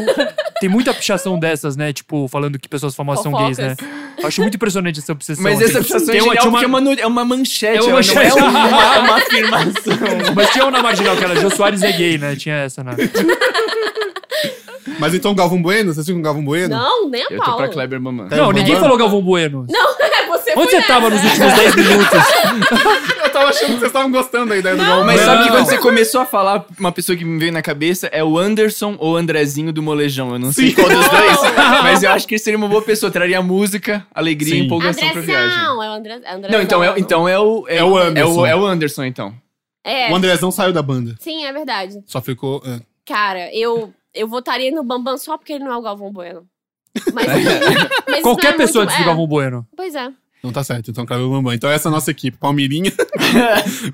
Tem muita pichação dessas, né? Tipo, falando que pessoas famosas são gays,
Fofocas.
né? Eu acho muito impressionante essa obsessão.
Mas
assim.
essa obsessão é
Tem uma-
genial
tinha uma-
porque é uma, no- é uma manchete.
É uma
ela
manchete.
Não é uma, uma- uma afirmação.
Mas tinha uma na marginal, que era Jô Soares é gay, né? Tinha essa, né?
Mas então Galvão Bueno, vocês ficam com Galvão Bueno?
Não, nem a
Eu tô
pau.
pra Kleber Bambam.
Tá
Não,
bom,
ninguém
mano.
falou Galvão Bueno.
Não, é você
Onde
foi
você tava nos
nessa.
últimos 10 minutos?
Eu tava achando que vocês estavam gostando da ideia do Galvão
Mas
Bueno.
sabe que
Não.
quando você começou a falar, uma pessoa que me veio na cabeça é o Anderson ou Andrezinho do Molejão. Eu não sei
Sim.
qual dos dois, mas eu acho que ele seria uma boa pessoa. Traria música, alegria e
Sim.
empolgação pra viagem.
Andrezão, é o André, é o Andrezão.
Não, então é, então é o.
É o Anderson.
É o, é o Anderson, então.
É,
O Andrezão saiu da banda.
sim, é verdade.
Só ficou. é.
Cara, eu... eu votaria no Bambam só porque ele não é o Galvão Bueno. Mas, mas isso
Qualquer
não é
pessoa
muito,
antes do Galvão Bueno.
É, pois é.
Não tá certo, então Kleber Bambam. Então essa é a nossa equipe. Palmeirinha,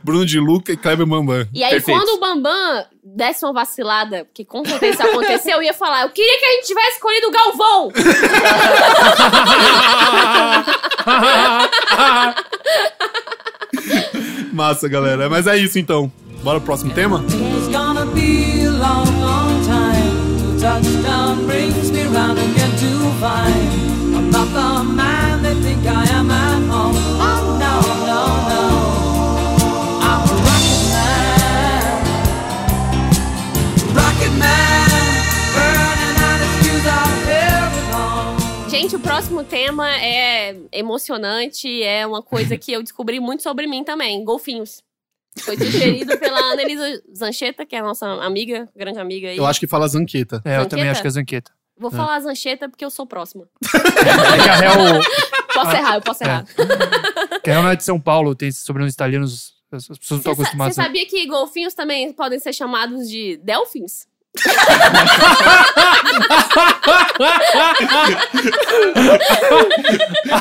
Bruno de Luca e Kleber Bambam.
E aí,
Perfeito.
quando o Bambam desse uma vacilada, que com certeza aconteceu, eu ia falar: eu queria que a gente tivesse escolhido o Galvão!
Massa, galera. Mas é isso então. Bora pro próximo tema?
It's gonna be a long, long time till touchdown brings me round again to find I'm not the man they think I am at home. Oh no, no, no. I'm a rocket man, rocket man, burning out his fuse out here at home.
Gente, o próximo tema é emocionante, é uma coisa que eu descobri muito sobre mim também: golfinhos. Foi sugerido pela Annelisa Zancheta, que é a nossa amiga, grande amiga aí.
Eu acho que fala Zanqueta.
É, eu também
Zanqueta?
acho que é Zanqueta.
Vou falar Zancheta porque eu sou próxima.
É que a Real,
Posso errar, eu posso
É.
errar.
que a Real não é de São Paulo, tem sobrenomes italianos, as as pessoas não estão
Você
acostumadas. né?
sabia que golfinhos também podem ser chamados de delfins?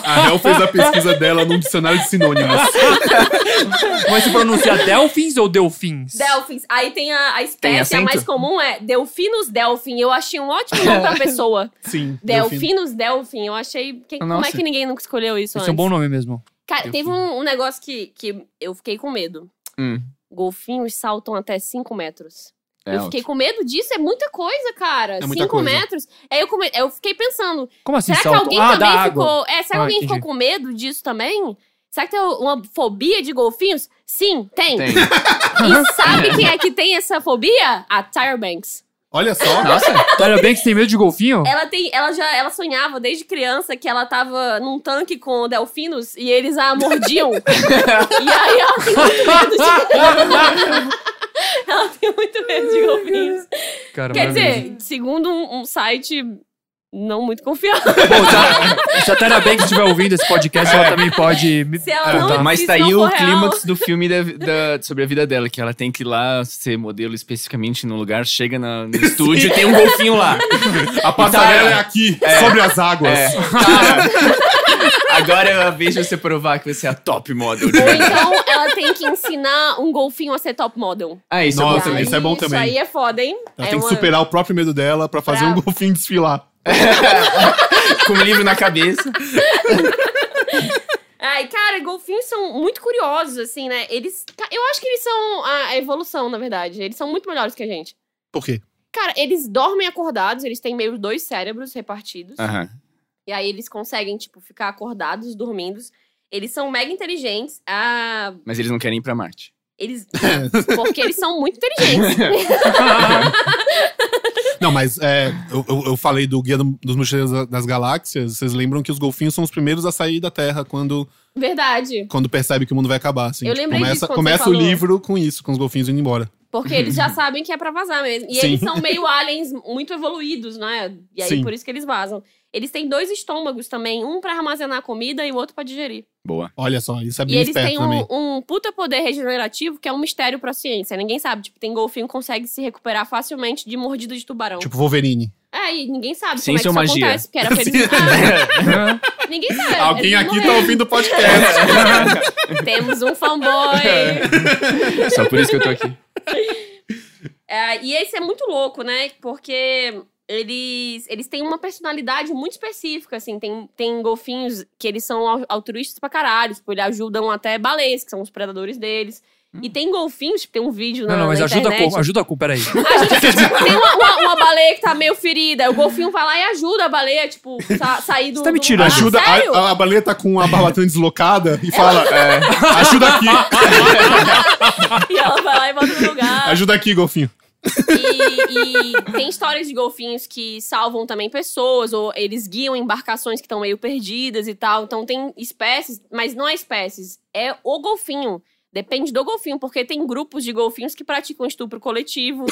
A Hel fez a pesquisa dela num dicionário de sinônimos.
Mas é se pronuncia Delfins ou Delfins?
Delfins. Aí tem a, a
Tem
espécie, a
acento?
mais comum é Delfinus delfin. Eu achei um ótimo nome pra pessoa.
Sim.
Delfinus delfin. Eu achei. quem- como é
Nossa.
que ninguém nunca escolheu isso
Esse é um
antes?
bom nome mesmo.
Cara, teve um, um negócio que, que eu fiquei com medo.
Hum.
Golfinhos saltam até 5 metros.
É,
eu fiquei com medo disso, é muita coisa, cara.
É
5
muita coisa.
metros. Aí eu, come- eu fiquei pensando,
Como assim
será que
salto?
alguém
ah, da
também
água.
ficou. É, será que
Ah,
alguém ficou
entendi.
com medo disso também? Será que tem uma fobia de golfinhos? Sim, tem.
Tem.
E sabe quem é que tem essa fobia? A Tyra Banks.
Olha só.
Nossa,
Tyra É, Banks tem medo de golfinho?
Ela tem, ela já, ela sonhava desde criança que ela tava num tanque com delfinos e eles a mordiam. e aí ela tem muito medo de Ela tem muito medo de golfinhos.
Cara,
é
Quer
maravilhoso.
dizer, segundo um, um site não muito confiável,
Bom, tá- se a Tyra Banks estiver ouvindo esse podcast, ela também pode... me-
se ela não,
mas
se
tá
isso
aí
não
o
for real,
clímax do filme da- da- sobre a vida dela, que ela tem que ir lá ser modelo especificamente no lugar, chega na- no estúdio e tem um golfinho lá.
A passarela é aqui, sobre as águas.
É, cara, agora é eu vejo você provar que você é a top model.
Ou então ela tem que ensinar um golfinho a ser top model.
Ah, isso
Nossa,
é bom também.
isso é bom também.
Isso aí é foda, hein?
Ela
é
tem que
uma-
superar o próprio medo dela pra fazer
Pra-
um golfinho desfilar. é
Com o livro na cabeça.
Ai, cara, golfinhos são muito curiosos, assim, né? Eles. ca- Eu acho que eles são a a evolução, na verdade. Eles são muito melhores que a gente.
Por quê?
Cara, eles dormem acordados, eles têm meio dois cérebros repartidos.
Ah.
E aí eles conseguem, tipo, ficar acordados, dormindo. Eles são mega inteligentes. Ah,
Mas eles não querem ir pra Marte.
eles. Porque eles são muito inteligentes.
Ah. Não, mas é, eu, eu- eu falei do Guia do- dos Mochileiros da- das Galáxias. Vocês lembram que os golfinhos são os primeiros a sair da Terra quando,
Verdade.
quando percebe que o mundo vai acabar. assim.
Eu
Tipo,
lembrei disso
começa
quando
começa
você
o
falou.
livro com isso, com os golfinhos indo embora.
Porque eles já sabem que é pra vazar mesmo. E
Sim.
eles são meio aliens muito evoluídos, né? E aí
Sim.
por isso que eles vazam. Eles têm dois estômagos também, um pra armazenar comida e o outro pra digerir.
Boa.
Olha só, isso é
E
bem
eles
esperto
têm
também.
um, um puta poder regenerativo que é um mistério pra ciência. Ninguém sabe. Tipo, tem golfinho que consegue se recuperar facilmente de mordida de tubarão.
Tipo Wolverine.
É, e ninguém sabe
Ciência
como é que isso
ou magia?
acontece. Porque era pra eles... Ah, ninguém sabe.
Alguém
eles é.
aqui tá
morreram.
ouvindo o podcast.
Temos um fanboy.
É.
Só por isso que eu tô aqui.
É, e esse é muito louco, né? Porque eles, eles têm uma personalidade muito específica, assim. Tem, tem golfinhos que eles são al- altruístas pra caralho. Tipo, eles ajudam até baleias, que são os predadores deles. E tem golfinhos, tipo, tem um vídeo
Hum. Não,
na,
não, mas
na
ajuda
internet. Ah, tipo,
como? Ajuda como? Peraí.
Tem uma, uma- uma baleia que tá meio ferida. O golfinho vai lá e ajuda a baleia, tipo, sa- sair do.
Você tá me
do-
tirando.
Ah,
Ajuda,
sério?
a, a baleia tá com a barbatana deslocada e fala: é, ajuda aqui,
Ah.
E ela vai lá e bota no lugar.
ajuda aqui, golfinho.
E, e tem histórias de golfinhos que salvam também pessoas, ou eles guiam embarcações que estão meio perdidas e tal. Então tem espécies, mas não é espécies, é o golfinho. Depende do golfinho, porque tem grupos de golfinhos que praticam estupro coletivo.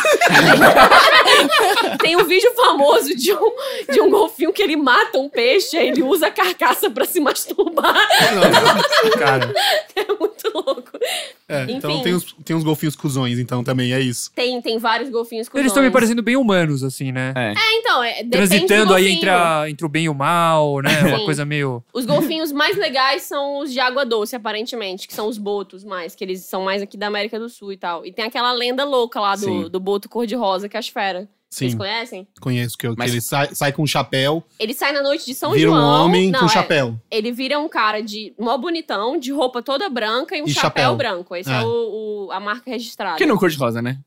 tem um vídeo famoso de um, de um golfinho que ele mata um peixe, aí ele usa a carcaça pra se masturbar.
Cara,
É muito louco.
É, então
Enfim.
tem uns, tem uns golfinhos cuzões, então também é isso.
Tem, tem vários golfinhos com
eles estão me parecendo bem humanos, assim, né?
É.
É, então, é, depende
Transitando
do
aí
golfinho.
entre, a- entre o bem e o mal, né? Uma
Sim.
coisa meio.
Os golfinhos mais legais são os de água doce, aparentemente, que são os botos mais, que eles são mais aqui da América do Sul e tal. E tem aquela lenda louca lá
Sim.
do, do boto cor-de-rosa, que é a esfera. Vocês
Sim,
conhecem?
conheço que, eu- que
Mas-
ele sai, sai com um chapéu,
Ele sai na noite de São
vira um
João.
homem
Não,
com um
é,
chapéu.
ele vira um cara de mó bonitão, de roupa toda branca e um
E
chapéu,
chapéu.
branco. Esse é,
É.
o, o- a marca registrada.
Quem não curte rosa, né?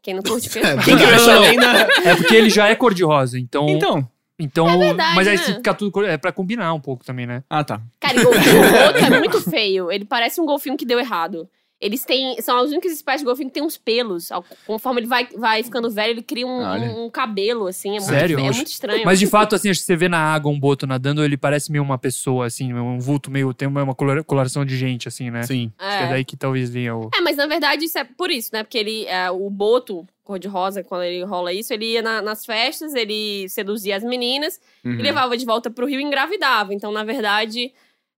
Quem não curte
É,
pessoal.
Quem que
verdade.
vai saber ainda?
É porque ele já é cor-de-rosa, então.
Então.
então
verdade,
mas aí
né?
se fica tudo. cor- É pra combinar um pouco também, né?
Ah, tá.
Cara, e golfinho boto é muito feio. Ele parece um golfinho que deu errado. Eles têm. São as únicas espécies de golfinho que tem uns pelos. Ao- Conforme ele vai, vai ficando velho, ele cria um,
Olha.
um- um cabelo, assim. É
Ah, Sério?
Muito, feio, é
Oxe.
muito estranho.
Mas de fato, assim, acho que você vê na água um boto nadando, ele parece meio uma pessoa, assim, um vulto meio. Tem uma colora- coloração de gente, assim, né?
Sim.
Acho que é
é.
daí que talvez venha o.
É, mas na verdade isso é por isso, né? Porque ele, é, o Boto, cor-de-rosa, quando ele rola isso, ele ia na- nas festas, ele seduzia as meninas
Hum.
e
Uhum.
levava de volta pro Rio e engravidava. Então, na verdade,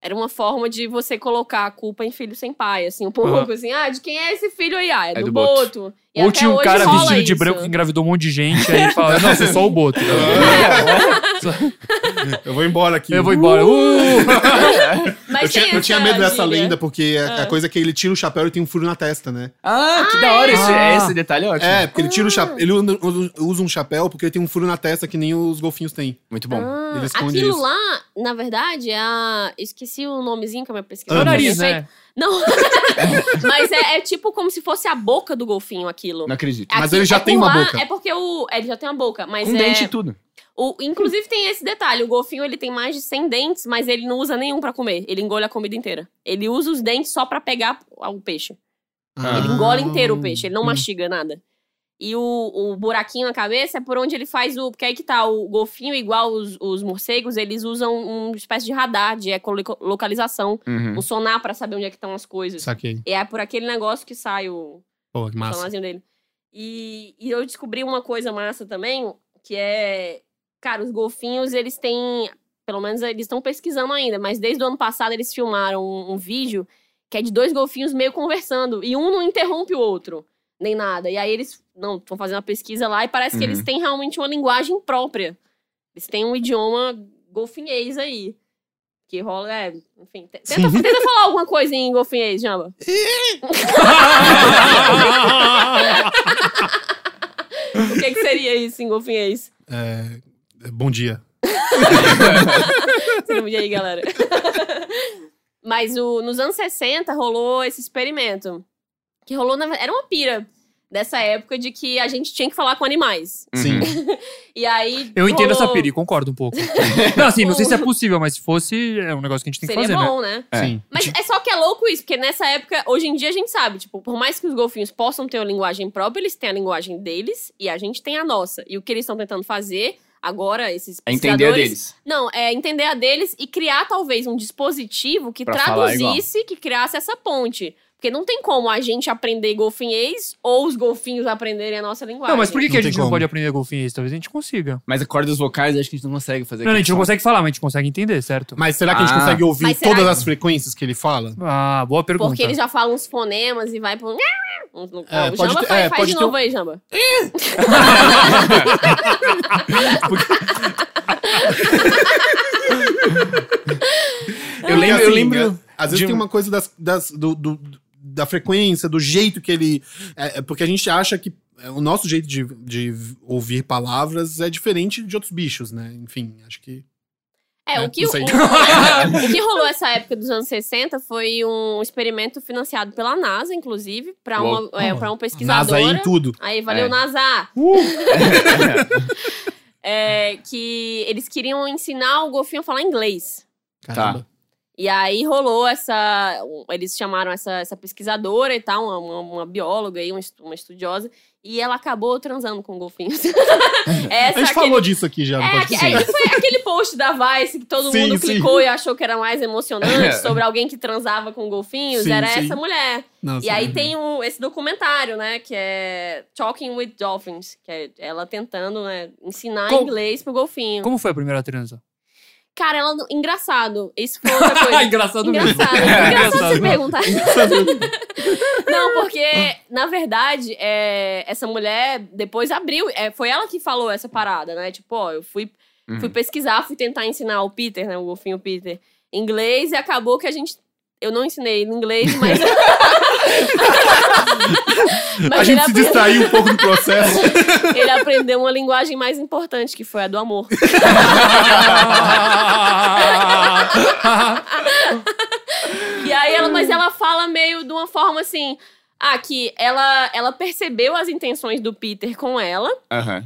era uma forma de você colocar a culpa em filho sem pai, assim, um pouco
Aham.
assim, ah, de quem é esse filho aí? Ah, é,
É
do,
do Boto.
Boto. E
Ou
até
tinha um
hoje
cara
rola
vestido de
isso.
branco que engravidou um monte de gente, aí ele fala: Não, sou só o boto.
É.
Ah, Eu vou embora aqui.
Eu vou embora. Uh!
Mas
Eu tinha,
tem
eu tinha
essa
medo dessa
gíria. Ah.
lenda, porque a- a, coisa é que ele tira o chapéu e tem um furo na testa, né?
Ah, que da hora esse,
Ah.
esse detalhe é ótimo.
É, porque ele
Ah.
tira o chapéu. Ele anda- usa- usa um chapéu porque ele tem um furo na testa que nem os golfinhos têm.
Muito bom.
Ah,
Ele esconde
aquilo
isso.
lá, na verdade, é a... Esqueci o nomezinho que a minha pesquisa.
É o
Amo.
nariz, né?
Não. Mas é, é tipo como se fosse a boca do golfinho aquilo.
Não acredito.
Mas
Aqui-
ele já
é
tem
por
uma
lá,
boca.
É porque o. é, Ele já tem uma boca, mas
Com
é.
dente e tudo.
o- inclusive tem esse detalhe: o golfinho ele tem mais de 100 dentes, mas ele não usa nenhum pra comer. Ele engole a comida inteira. Ele usa os dentes só pra pegar o peixe.
Ah.
Ele engole inteiro o peixe, ele não
Hum.
mastiga nada. E o, o buraquinho na cabeça é por onde ele faz o. Porque aí que tá, o golfinho, igual os, os morcegos, eles usam uma espécie de radar de ecolocalização,
Uhum.
um sonar pra saber onde é que estão as coisas.
Saquei.
E é por aquele negócio que sai o,
Pô, que
o
massa.
sonarzinho dele. E, e eu descobri uma coisa massa também, que é. Cara, os golfinhos, eles têm. Pelo menos eles estão pesquisando ainda, mas desde o ano passado eles filmaram um, um vídeo que é de dois golfinhos meio conversando. E um não interrompe o outro, nem nada. E aí eles. Não, estão fazendo uma pesquisa lá e parece que
Uhum.
eles têm realmente uma linguagem própria. Eles têm um idioma golfinhês aí. Que rola, é, enfim. te- Tenta, tenta falar alguma coisa em golfinhês, Jamba. O que, que seria isso em golfinhês?
É, bom dia.
Segundo aí, galera. Mas o- nos anos 60 rolou esse experimento. Que rolou, na, era uma pira dessa época de que a gente tinha que falar com animais.
Uhum.
Sim.
E aí.
Eu entendo
rolou-
essa pira e concordo um pouco. Não, assim, não sei se é possível, mas se fosse, é um negócio que a gente tem que
Seria
fazer, né?
bom, né?
É.
Sim.
Mas é só que é louco isso, porque nessa época, hoje em dia a gente sabe, tipo, por mais que os golfinhos possam ter uma linguagem própria, eles têm a linguagem deles e a gente tem a nossa. E o que eles estão tentando fazer agora, esses
É entender a
pesquisadores,
deles.
Não, é entender a deles e criar talvez um dispositivo que
Pra falar igual.
traduzisse, que criasse essa ponte. Porque não tem como a gente aprender golfinhês ou os golfinhos aprenderem a nossa linguagem.
Não, mas por que,
Não
que a
tem
gente não
como.
pode aprender golfinhês? Talvez a gente consiga.
Mas acordas vocais acho que a gente não consegue fazer.
Não, a
aqui.
gente não consegue falar, mas a gente consegue entender, certo?
Mas será que a gente
Ah.
consegue ouvir
Mas será
todas
que-
as frequências que ele fala?
Ah, boa pergunta.
Porque eles já falam uns fonemas e vai pro. Um- um-
É,
o
pode
Jamba
ter-
faz,
é,
faz
pode
de
ter
novo aí, Jamba.
Eu
Porque,
lembro, eu
assim,
lembro.
é, Às vezes
de um-
tem uma coisa das, das- do- do- da frequência, do jeito que ele. é, é porque a gente acha que é, o nosso jeito de, de ouvir palavras é diferente de outros bichos, né? Enfim, acho que.
É,
É,
o, que,
não
o,
sei.
o que rolou essa época dos anos 60 foi um experimento financiado pela NASA, inclusive, pra,
Uou.
uma, é, pra uma
NASA
pesquisadora.
aí em tudo.
Aí, valeu,
É.
NASA! É, que eles queriam ensinar o golfinho a falar inglês.
Tá.
Caramba.
E E aí rolou essa. um- Eles chamaram essa, essa pesquisadora e tal, uma, uma- uma bióloga aí, uma, estu- uma estudiosa, e ela acabou transando com golfinhos.
A
essa
gente
aquele-
falou disso aqui já, não
É,
pode
aque- é,
ser.
foi aquele post da Vice que todo
Sim,
mundo
sim.
clicou e achou que era mais emocionante
É.
sobre alguém que transava com golfinhos.
Sim,
era
sim.
essa mulher. E aí tem um, esse documentário, né? Que é Talking with Dolphins, que é ela tentando né, ensinar
Como-
inglês pro golfinho.
Como foi a primeira transa?
Cara, ela. não- Engraçado. Isso foi outra coisa.
engraçado
Engraçado.
É,
Engraçado você perguntar. Não, porque, na verdade, é, essa mulher depois abriu. é, foi ela que falou essa parada, né? Tipo, ó, eu fui,
Uhum.
fui pesquisar, fui tentar ensinar o Peter, né? O golfinho Peter, inglês, e acabou que a gente. Eu não ensinei ele inglês, mas. Mas
A
ele
gente se
aprendeu-
distraiu um pouco do processo.
ele aprendeu uma linguagem mais importante, que foi a do amor. E aí ela, mas ela fala meio de uma forma assim, ah, que ela, ela percebeu as intenções do Peter com ela,
Aham.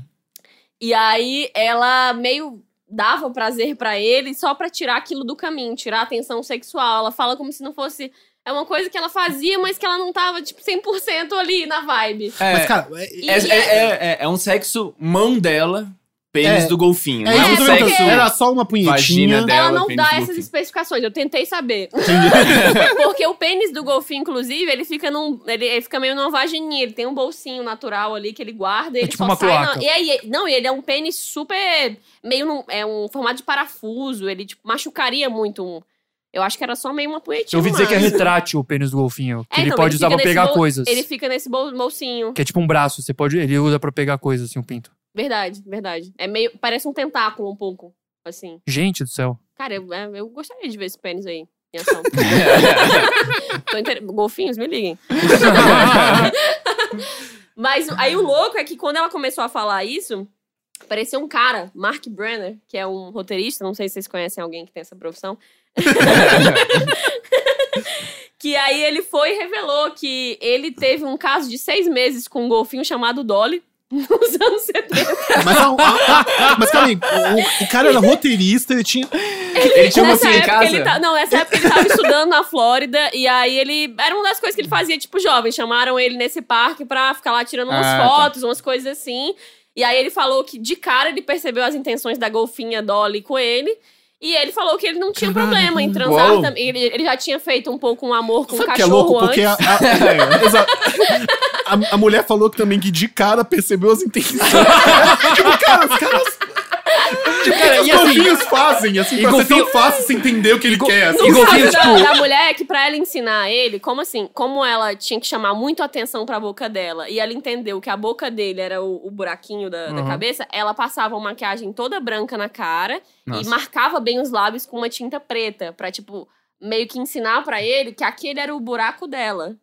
e aí ela meio dava o prazer pra ele só pra tirar aquilo do caminho, tirar a atenção sexual. Ela fala como se não fosse é uma coisa que ela fazia, mas que ela não tava tipo 100% ali na vibe.
É,
Mas, cara, é,
E-
é,
e-
é- é- é- é um sexo mão dela, pênis
É.
do golfinho.
é isso que
não é
eu
um
tô
perguntando.
sexo
perguntando. Era só uma
vagina
punhetinha.
dela,
ela não
pênis
dá
do
essas
golfinho.
especificações, eu tentei saber. Porque o pênis do golfinho, inclusive, ele fica num. Ele, ele fica meio numa vagininha. Ele tem um bolsinho natural ali que ele guarda e
É
ele só
tipo uma
sai. na-
cloaca.
e aí, não, e ele é um pênis super. meio num, É um formato de parafuso. Ele tipo, machucaria muito um. Eu acho que era só meio uma punhetinha.
Eu ouvi dizer que é
mas-
retrátil o pênis do golfinho. Que
É,
ele
então,
pode usar
fica
pra
nesse
pegar
bol-
coisas.
Ele fica nesse bol- bolsinho.
Que é tipo um braço, você pode. Ele usa pra pegar coisas, assim, um pinto.
Verdade, verdade. É meio. Parece um tentáculo um pouco. Assim.
Gente do céu.
Cara, eu, é, eu gostaria de ver esse pênis aí. Em ação.
É.
Tô inter- Golfinhos, me liguem. Mas aí o louco é que quando ela começou a falar isso, apareceu um cara, Mark Brenner, que é um roteirista, não sei se vocês conhecem alguém que tem essa profissão. que aí ele foi e revelou que ele teve um caso de seis meses com um golfinho chamado Dolly. Nos anos 70.
Mas, a, a, a, mas calma aí, o, o cara era roteirista, ele assim tinha.
Ele tinha um
Nessa
golfinho em
época
casa?
ele tá- não, nessa época ele tava estudando na Flórida e aí ele era uma das coisas que ele fazia tipo jovem, chamaram ele nesse parque pra ficar lá tirando umas
Ah, tá.
fotos, umas coisas assim. E aí ele falou que de cara ele percebeu as intenções da golfinha Dolly com ele. E ele falou que ele não tinha problema em transar
Uau.
também. Ele, ele já tinha feito um pouco um amor com o
Sabe o
cachorro
que é louco?
antes.
Porque a, a- Exato. A- a mulher falou que também que de cara percebeu as intenções. tipo, cara, os caras. Tipo, o que que os golfinhos fazem, assim,
e
pra ser tão
golfinho-
fácil você entender o que ele quer, assim.
Não sabe
golfinho,
da,
tipo-
da mulher que pra ela ensinar ele, como assim, como ela tinha que chamar muito atenção pra boca dela e ela entendeu que a boca dele era o, o buraquinho da, da
Uhum.
cabeça, ela passava uma maquiagem toda branca na cara e
Nossa.
marcava bem os lábios com uma tinta preta pra, tipo, meio que ensinar pra ele que aquele era o buraco dela.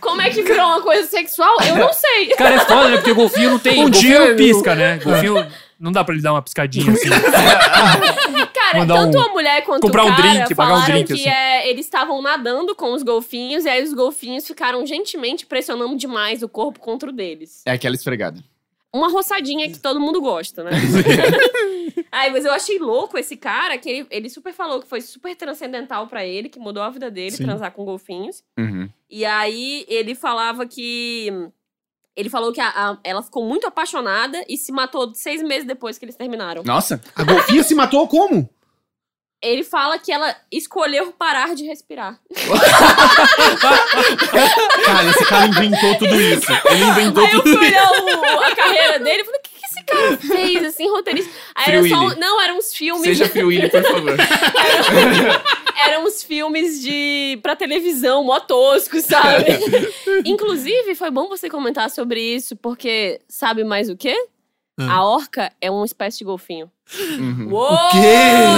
Como é que virou uma coisa sexual? Eu não sei.
Cara, é foda, né? Porque o golfinho não tem.
Um
golfinho
dia
não
eu-
pisca, né? Golfinho. Não dá pra ele dar uma piscadinha assim.
Cara,
Mandar
tanto
um-
a mulher quanto
comprar
o
um
cara
drink, pagar um
falaram
drink,
que
assim.
é, eles estavam nadando com os golfinhos e aí os golfinhos ficaram gentilmente pressionando demais o corpo contra o deles.
É aquela esfregada.
Uma roçadinha que todo mundo gosta, né? Ai, mas eu achei louco esse cara, que ele, ele super falou que foi super transcendental pra ele, que mudou a vida dele
Sim.
transar com golfinhos.
Uhum.
E aí ele falava que. Ele falou que a- a- ela ficou muito apaixonada e se matou seis meses depois que eles terminaram.
Nossa.
A golfinha se matou como?
Ele fala que ela escolheu parar de respirar.
Cara, esse cara inventou tudo isso. Ele inventou
Aí eu
tudo
fui olhar o- a carreira dele e falei, o que, que esse cara fez, assim, roteirista? Aí era
Free
só,
Willy.
um- não, eram uns filmes,
Seja Free Willy, por favor.
eram uns filmes de, pra televisão, mó tosco, sabe? Inclusive, foi bom você comentar sobre isso, porque sabe mais o quê?
Hum.
A orca é uma espécie de golfinho.
Uhum.
Uou!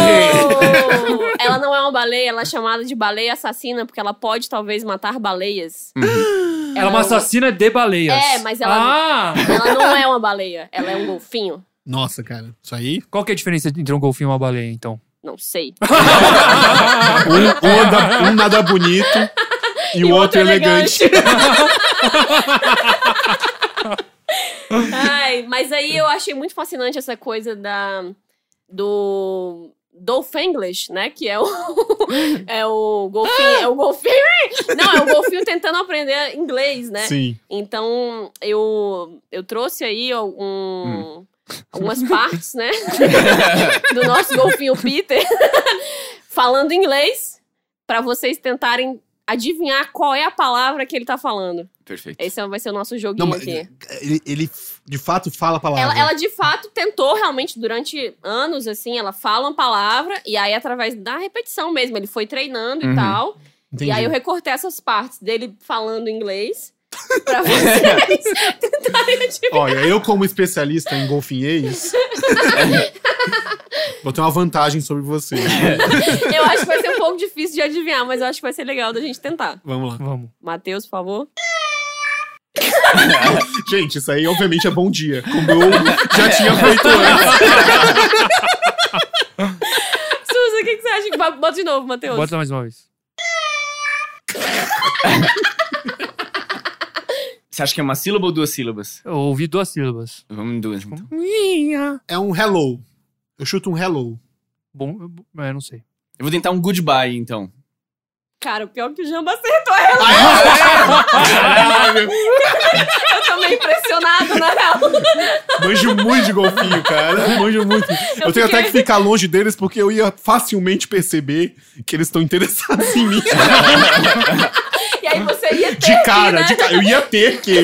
quê?
Ela não é uma baleia, ela é chamada de baleia assassina, porque ela pode talvez matar baleias.
Ela é uma assassina de baleias.
É, mas ela-
Ah!
Ela não é uma baleia, ela é um golfinho.
Nossa, cara, isso aí.
Qual que é a diferença entre um golfinho e uma baleia, então?
Não sei.
Um, um anda- um nada bonito e, o
é
outro, elegante.
Ai, mas Mas aí eu achei muito fascinante essa coisa da do Dolphinglish, né? Que é o é o
Ah!
golfinho, é o golfinho. Não, é o golfinho tentando aprender inglês, né?
Sim.
Então, eu, eu trouxe aí algum- algumas partes, né? do nosso golfinho Peter, falando inglês, pra vocês tentarem adivinhar qual é a palavra que ele tá falando.
Perfeito.
Esse vai ser o nosso
Não,
joguinho
mas
aqui.
ele, ele de fato fala a palavra.
Ela, ela, de fato, tentou realmente durante anos, assim, ela fala uma palavra, e aí, através da repetição mesmo, ele foi treinando e
Uhum.
tal.
Entendi.
E aí eu recortei essas partes dele falando inglês pra vocês tentarem adivinhar.
Olha, eu como especialista em golfinhês, vou ter uma vantagem sobre você.
Eu acho que vai ser um pouco difícil de adivinhar, mas eu acho que vai ser legal da gente tentar.
Vamos lá.
Vamos.
Matheus, por favor.
Gente, isso aí obviamente é bom dia, como eu já tinha feito antes.
Suza, o que, que você acha? que- Bota de novo, Matheus.
Bota mais uma vez.
Você acha que é uma sílaba ou duas sílabas?
Eu ouvi duas sílabas.
Vamos em duas, então.
É um hello. Eu chuto um hello.
Bom, é, não sei.
Eu vou tentar um goodbye, então.
Cara, o pior é que o Jamba acertou ela. Eu tô meio impressionado, na real.
Manjo muito de golfinho, cara. Manjo muito. Eu, tenho até que ficar longe deles porque eu ia facilmente perceber que eles estão interessados em mim.
E aí você ia ter
De cara,
que,
de
né?
cara. Eu ia ter que.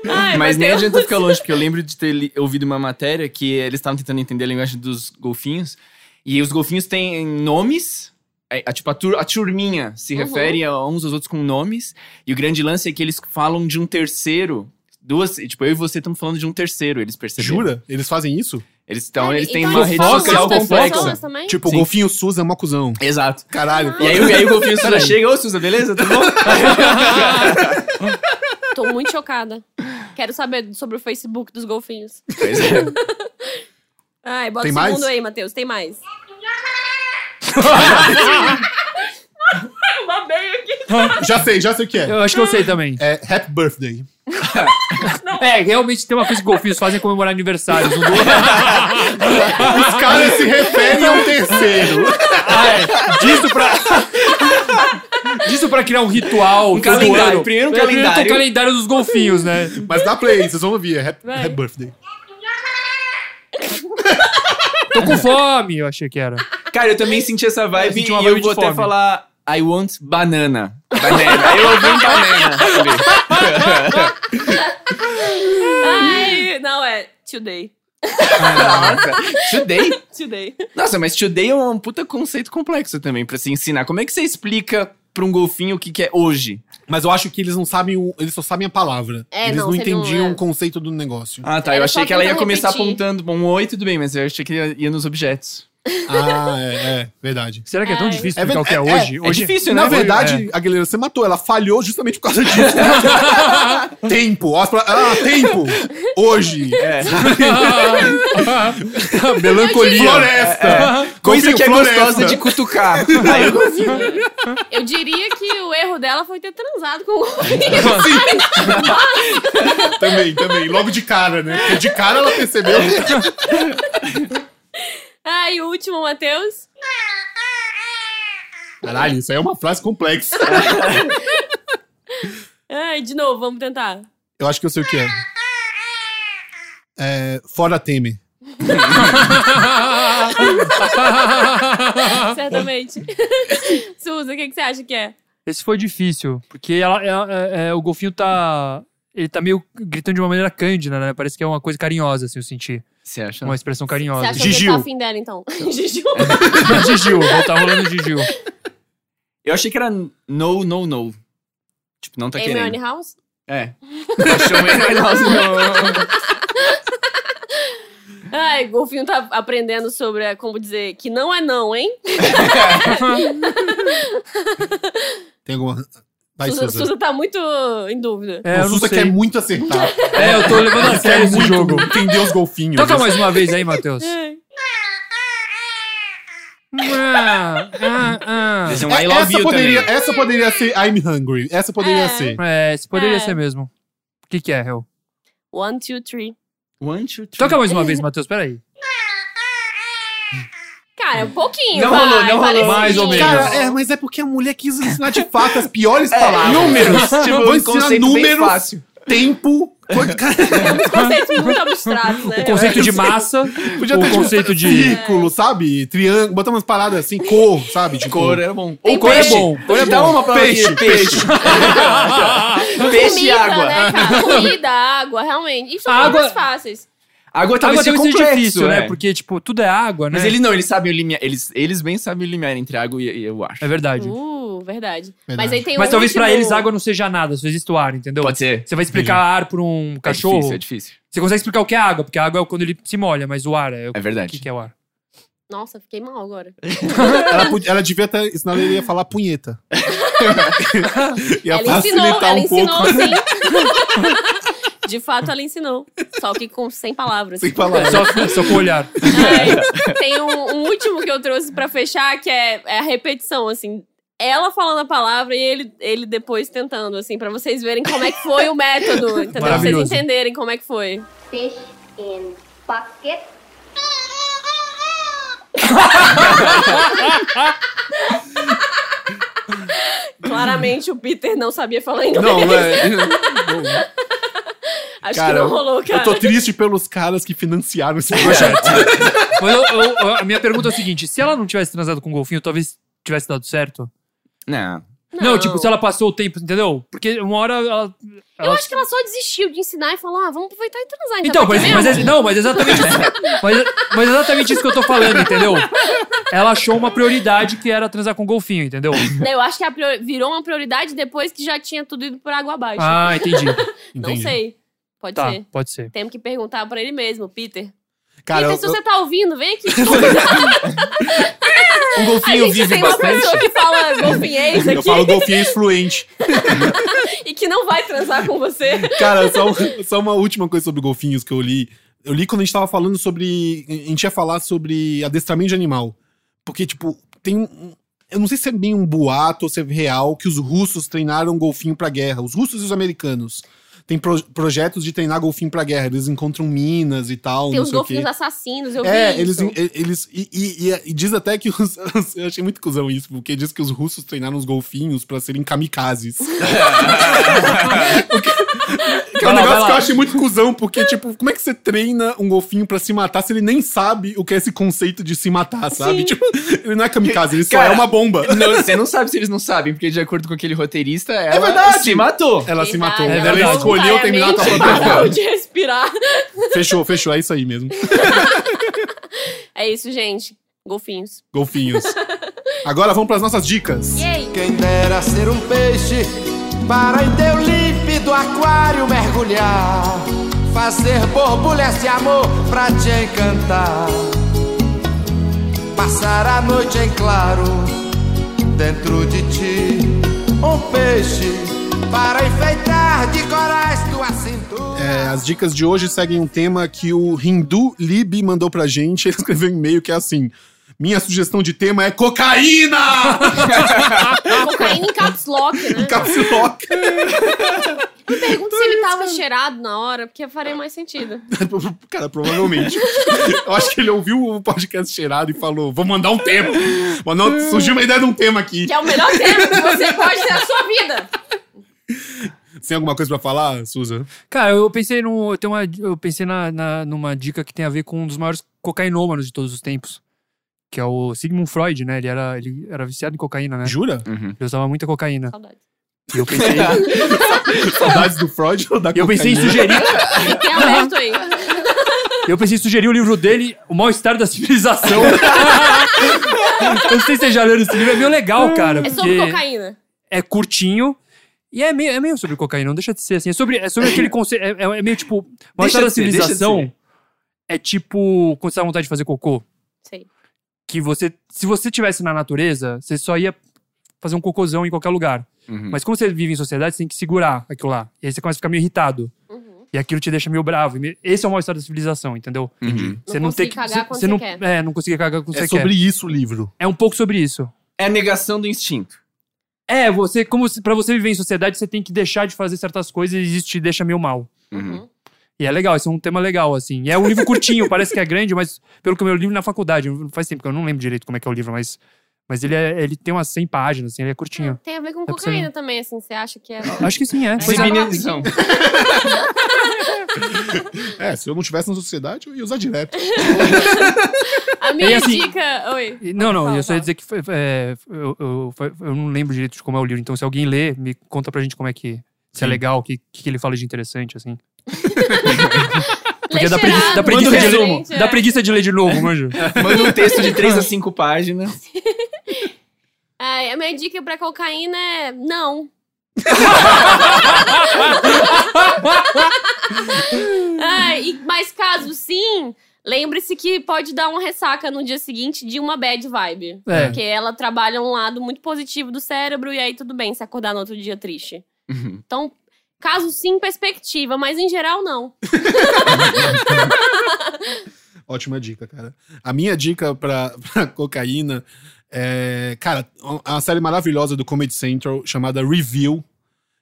Ai,
Mas nem
Matheus.
adianta ficar longe, porque eu lembro de ter li- ouvido uma matéria que eles estavam tentando entender a linguagem dos golfinhos. E os golfinhos têm nomes. é, a- tipo, a, tur- a turminha se
Uhum.
refere a uns aos outros com nomes. E o grande lance é que eles falam de um terceiro. Duas, tipo, eu e você estamos falando de um terceiro, eles perceberam.
Jura? Eles fazem isso?
Eles, então, eles têm
Então,
uma
eles
rede
falam
social
com as pessoas
complexa.
também?
Tipo,
Sim.
golfinho Suza é uma cuzão.
Exato.
Caralho.
E aí, e aí o golfinho Suza chega, ô Suza, beleza? Tudo bom?
Tipo, Tô muito chocada. Quero saber sobre o Facebook dos golfinhos.
pois é.
Ai, bota
Tem
o
mais?
segundo aí, Matheus. Tem mais. Uma bem aqui.
Já sei, já sei o que é.
Eu acho que eu sei também.
É Happy Birthday.
É, realmente tem uma coisa que golfinhos fazem é comemorar aniversários. Um do outro.
Os caras se referem ao terceiro.
Disso pra. Disso pra criar um ritual. Um
calendário, primeiro um calendário.
O calendário dos golfinhos, né?
Mas dá play, vocês vão ouvir. É Happy,
Vai.
Happy Birthday.
Tô com fome, eu achei que era.
Cara, eu também senti essa
Eu
vibe
senti
e
uma
eu
vibe de
vou até
fome.
falar I want banana. Banana. eu ouvi um banana.
Ai, não, é today.
Nossa, today?
Today.
Nossa, mas today é um puta conceito complexo também pra se ensinar. Como é que você explica pra um golfinho o que, que é hoje?
Mas eu acho que eles não sabem o. Eles só sabem a palavra.
É,
eles
não,
não,
você não
entendiam
é.
o conceito do negócio.
Ah, tá.
Era
eu
só
achei que ela ia
tentar
começar
repetir.
apontando. Bom, um oi, tudo bem, mas eu achei que ia, ia nos objetos.
Ah, é, é verdade.
Será que é tão
Ai.
difícil
É
explicar o que é
verdade,
hoje?
é
hoje
difícil,
Na
né?
verdade, Aguilera, você matou. Ela falhou justamente por causa disso. tempo. As pra- Ah, tempo. Hoje.
É.
Melancolia. Floresta.
Coisa
Golfinho,
que é
floresta.
gostosa de cutucar. Aí eu
Eu diria que o erro dela foi ter transado com o golfinho.
Também, também. Logo de cara, né? Porque de cara ela percebeu.
Ai, o último, Matheus.
Caralho, isso aí é uma frase complexa.
É.
Ai, de novo, vamos tentar.
Eu acho que eu sei o que é. É. Fora Temer.
Certamente. Suza, o que, que você acha que é?
Esse foi difícil, porque ela, ela- é- é, o golfinho tá. Ele tá meio gritando de uma maneira cândida, né? Parece que é uma coisa carinhosa, assim, eu senti.
Você acha?
Uma expressão
Você
carinhosa.
acha que ele
Gigiu.
tá afim dela, então? Gigiu.
De Gil, tá rolando de Gil.
Eu achei que era no, no, no. Tipo, não tá
Amy
querendo.
House?
É. Achou Amy House, não.
Ai, o golfinho tá aprendendo sobre é, como dizer que não é não, hein?
Tem alguma. Vai,
Suza,
Suza.
Suza tá muito em dúvida.
o
É, eu não
Suza
sei.
quer muito acertar.
É, eu tô levando a sério
Quer
esse
muito
jogo.
entender os golfinhos.
Toca mais uma vez Então aí, Matheus.
Ai.
Ah, ah,
Esse é um
É,
I love
essa,
you
poderia,
também.
essa poderia ser I'm Hungry. Essa poderia
É.
ser.
ah. É, esse poderia
É.
ser mesmo. que, que é, Hel?
One, two, three.
One, two, three.
Toca mais uma vez, Matheus, peraí.
Cara, um pouquinho.
Não
vai,
rolou, não rolou.
parecidinho.
Mais ou menos.
Cara, é, mas é porque a mulher quis ensinar de fato as piores
É,
palavras.
números. Tipo,
Vou
um
ensinar
conceito bem
números,
fácil.
tempo. coisa- Cara,
Os conceitos é muito abstratos,
É.
né?
O conceito de massa,
podia ter
o conceito
assim.
de...
círculo, sabe? Triângulo, botar umas paradas assim, cor, sabe? De
Cor era bom.
Tem
Ou cor é
peixe.
bom. Cor é bom. uma palavra
Peixe,
aqui. Peixe. Peixe e
é
Comida,
água.
né, cara? Comida, água, realmente. Isso são
Água-
águas fáceis.
Água
Água
talvez seja
deve ser
complexo,
difícil,
é.
né? Porque, tipo, tudo é água, né?
Mas eles não, eles sabem o limiar. Eles, eles bem sabem o limiar entre água e, e eu acho.
É verdade.
Uh, verdade.
Verdade.
Mas aí tem
Mas
um
talvez pra
último-
eles água não seja nada, só existe o ar, entendeu?
Pode ser.
Você vai explicar ar pra um
É
cachorro.
difícil, é difícil.
Você consegue explicar o que é água, porque a água é quando ele se molha, mas o ar é.
É
O
verdade.
que, que é o ar?
Nossa, fiquei mal agora.
Ela, podia- ela devia ter ensinado ele a falar punheta. Ia
ela ensinou,
facilitar
ela
um
ensinou,
pouco.
sim. De fato, ela ensinou. Só que com sem palavras.
Sem falar.
Só, só com o olhar.
Aí, tem um, um último que eu trouxe pra fechar, que é, é a repetição, assim. Ela falando a palavra e ele, ele depois tentando, assim, pra vocês verem como é que foi o método, entendeu? Pra vocês
Maravilhoso.
entenderem como é que foi.
fish in bucket.
Claramente o Peter não sabia falar inglês.
Não, velho.
Acho
cara,
que não rolou, cara. É.
Eu tô triste pelos caras que financiaram esse projeto.
Mas eu- eu- eu- a minha pergunta é a seguinte: se ela não tivesse transado com o golfinho, talvez tivesse dado certo?
Não.
Não, tipo, se ela passou o tempo, entendeu? Porque uma hora ela.
Eu
ela-
acho que ela só desistiu de ensinar e falou, ah, vamos aproveitar e transar. já
Então,
tá
mas,
aqui
mas
mesmo.
é- não, mas é exatamente isso. Mas, mas é exatamente isso que eu tô falando, entendeu? Ela achou uma prioridade que era transar com o golfinho, entendeu?
Não, Eu acho que é a priori- virou uma prioridade depois que já tinha tudo ido por água abaixo.
Ah, entendi.
não
Entendi.
sei. Pode
Tá,
ser.
pode ser.
Temos que perguntar pra ele mesmo, Peter.
Cara,
Peter, se
eu-
você tá ouvindo, vem aqui.
Um
A
golfinho
gente
vive
tem uma
bastante.
pessoa que fala golfinhês
eu, eu
aqui
falo golfinho é fluente.
e que não vai transar com você.
Cara, só, um- só uma última coisa sobre golfinhos que eu li. Eu li quando a gente tava falando sobre. A gente ia falar sobre adestramento de animal. Porque, tipo, tem um. Eu não sei se é bem um boato ou se é real que os russos treinaram golfinho pra guerra. Os russos e os americanos. Tem pro- projetos de treinar golfinho pra guerra. Eles encontram minas e tal.
Tem
não
os
sei o quê.
golfinhos assassinos, eu
É,
vi
eles.
isso.
e- eles e, e- e- e diz até que os. Eu achei muito cuzão isso, porque diz que os russos treinaram os golfinhos pra serem kamikazes. O que, que é um
Vai lá, vai
negócio
lá.
que eu achei muito cuzão, porque, tipo, como é que você treina um golfinho pra se matar se ele nem sabe o que é esse conceito de se matar, sabe? Tipo, ele não é kamikaze, ele só
Cara,
é uma bomba.
Não, você não sabe se eles não sabem, porque de acordo com aquele roteirista, ela
verdade.
se matou.
Ela se matou.
Verdade,
É
ela
verdade.
escolheu terminar com a
voluntariamente
própria
parou de respirar.
Fechou, fechou. É isso aí mesmo.
É isso, gente. Golfinhos.
Golfinhos. Agora vamos pras nossas dicas.
Yay!
Quem dera ser um peixe para em teu límpido aquário mergulhar, fazer borbulha esse amor pra te encantar, passar a noite em claro dentro de ti, um peixe para enfeitar de corais tua cintura.
É, as dicas de hoje seguem um tema que o Hindu Lib mandou pra gente. Ele escreveu um e-mail que é assim: Minha sugestão de tema é cocaína!
Cocaína em caps lock, né?
Capsiloca!
Me pergunto se ele tava cheirado na hora, porque faria mais sentido.
Cara, provavelmente. Eu acho que ele ouviu o podcast cheirado e falou: Vou mandar um tema. Mandou, surgiu uma ideia de um tema aqui.
Que é o melhor tempo que você pode ter na sua vida.
Você Tem alguma coisa pra falar, Suza?
Cara, eu pensei no. Tem uma, eu pensei na, na- numa dica que tem a ver com um dos maiores cocainômanos de todos os tempos. Que é o Sigmund Freud, né? Ele era, ele era viciado em cocaína, né?
Jura?
Ele usava muita cocaína.
Saudades.
E eu pensei,
Saudades do Freud ou da
e eu pensei em
cocaína?
sugerir.
Fiquem alerta aí.
Eu pensei em sugerir o livro dele, O Mal-Estar da Civilização. eu não sei se vocês já leram esse livro, é meio legal, cara.
É sobre
porque
cocaína.
é curtinho. E é meio, é meio sobre cocaína, não deixa de ser assim. É sobre, é sobre aquele conceito. É, é- é meio tipo. O
Deixa
Mal-Estar da
de ser, deixa de
Civilização
ser.
é tipo. Quando você dá vontade de fazer cocô.
Sei.
que você, se você tivesse na natureza, você só ia fazer um cocôzão em qualquer lugar.
Uhum.
Mas como você vive em sociedade, você tem que segurar aquilo lá. E aí você começa a ficar meio irritado.
Uhum.
E aquilo te deixa meio bravo. E me- Esse é o mal história da civilização, entendeu? Você
Não conseguir
tem
cagar quando
não,
você quer.
É, não conseguir cagar quando
É
você
sobre
quer.
isso o livro.
É um pouco sobre isso.
É a negação do instinto.
É, você, como se, pra você viver em sociedade, você tem que deixar de fazer certas coisas e isso te deixa meio mal.
Uhum.
E é legal, esse é um tema legal, assim. E é um livro curtinho, parece que é grande, mas pelo que eu li na faculdade, faz tempo que eu não lembro direito como é que é o livro, mas, mas ele, é- ele tem umas 100 páginas, assim, ele é curtinho.
Tem a ver com
pra você
cocaína também, assim. Você acha que é.
Acho que sim, é.
Pois é.
Exibição.
É, se eu não tivesse na sociedade, eu ia usar direto.
A minha
E assim-
dica. Oi.
E- Não, não,
Fala,
eu só
fala.
ia dizer que foi, é, eu, eu, foi- eu não lembro direito de como é o livro, então se alguém ler, me conta pra gente como é que. Se é
Sim.
legal, o que, que ele fala de interessante, assim.
Lê
Porque dá, pregui-
cheirado,
dá preguiça de ler.
gente, é.
Dá preguiça de ler de novo, manjo.
Manda um texto de 3 a 5 páginas.
Ai, a minha dica pra cocaína é não. Ai, e- mas caso sim, lembre-se que pode dar uma ressaca no dia seguinte de uma bad vibe.
É.
Porque ela trabalha um lado muito positivo do cérebro e aí tudo bem se acordar no outro dia triste.
Uhum.
Então, caso sim, perspectiva, mas em geral não.
Ótima dica, cara. A minha dica pra, pra cocaína é. Cara, a série maravilhosa do Comedy Central chamada Review,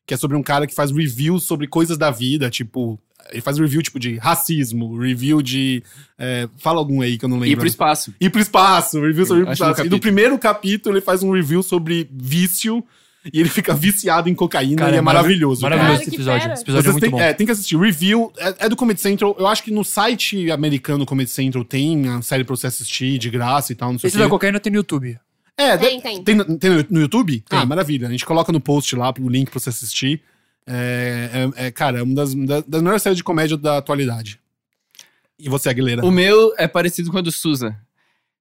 que é sobre um cara que faz reviews sobre coisas da vida, tipo. Ele faz review tipo de racismo, review de. é, fala algum aí que eu não lembro.
E pro espaço.
ir pro espaço, review sobre ir pro
Acho que no
espaço. E no
capítulo.
primeiro capítulo ele faz um review sobre vício e ele fica viciado em cocaína
Cara,
e é
é marav-
maravilhoso. cara.
Maravilhoso
Cara,
esse
que
episódio.
fera.
Esse episódio é
Vocês
muito
têm-
bom.
tem que assistir. Review é, é do Comedy Central. Eu acho que no site americano Comedy Central tem a série pra você assistir de graça e tal, não sei o
Esse
quê.
da cocaína tem é no YouTube.
É,
Tem,
de-
tem.
Tem, no- tem no- no YouTube?
Tem.
Ah, maravilha. A gente coloca no post lá o link pra você assistir. É, é- é, cara, é uma das, da- das melhores séries de comédia da atualidade. E você, Aguilera?
O meu é parecido com o do Susan.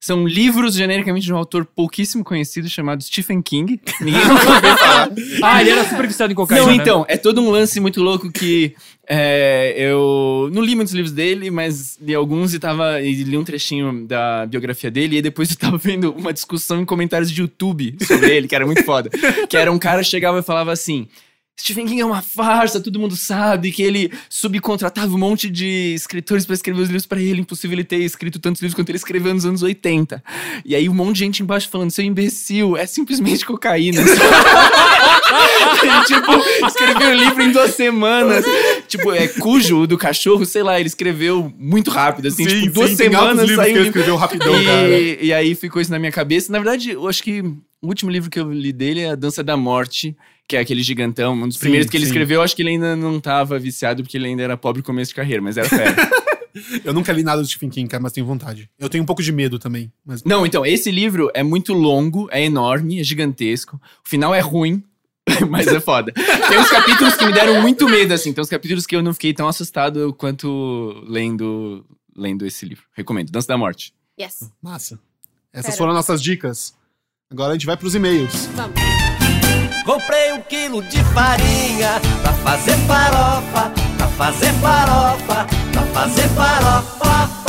São livros genericamente de um autor pouquíssimo conhecido chamado Stephen King. Ninguém nunca ouviu falar.
Ah, ele era super viciado em cocaína.
Não,
né?
então, é todo um lance muito louco que é, eu não li muitos livros dele, mas li alguns e tava e li um trechinho da biografia dele e depois eu tava vendo uma discussão em comentários de YouTube sobre ele, que era muito foda. Que era um cara que chegava e falava assim: Stephen King é uma farsa, todo mundo sabe que ele subcontratava um monte de escritores pra escrever os livros pra ele, impossível ele ter escrito tantos livros quanto ele escreveu nos anos 80. E aí um monte de gente embaixo falando: "Seu imbecil, é simplesmente cocaína". Ele, tipo, escreveu o livro em duas semanas. tipo, é cujo o do cachorro, sei lá, ele escreveu muito rápido, assim, tipo, duas
tem altos livros
semanas
que
saiu
ele
o livro.
escreveu rapidão, cara.
Então, E, e aí ficou isso na minha cabeça. Na verdade, eu acho que o último livro que eu li dele é A Dança da Morte, que é aquele gigantão, um dos
Sim,
primeiros que ele
sim.
escreveu. Eu acho que ele ainda não tava viciado, porque ele ainda era pobre começo de carreira, mas era fera.
Eu nunca li nada do Stephen King, cara, mas tenho vontade. Eu tenho um pouco de medo também. Mas
não, então, esse livro é muito longo, é enorme, é gigantesco. O final é ruim. Mas é foda. Tem uns capítulos que me deram muito medo, assim. Tem uns capítulos que eu não fiquei tão assustado quanto lendo, lendo esse livro. Recomendo. Dança da Morte.
Yes.
massa. Essas
Pera.
foram nossas dicas. Agora a gente vai pros e-mails.
Comprei um quilo de farinha pra fazer farofa, pra fazer farofa, pra fazer farofa.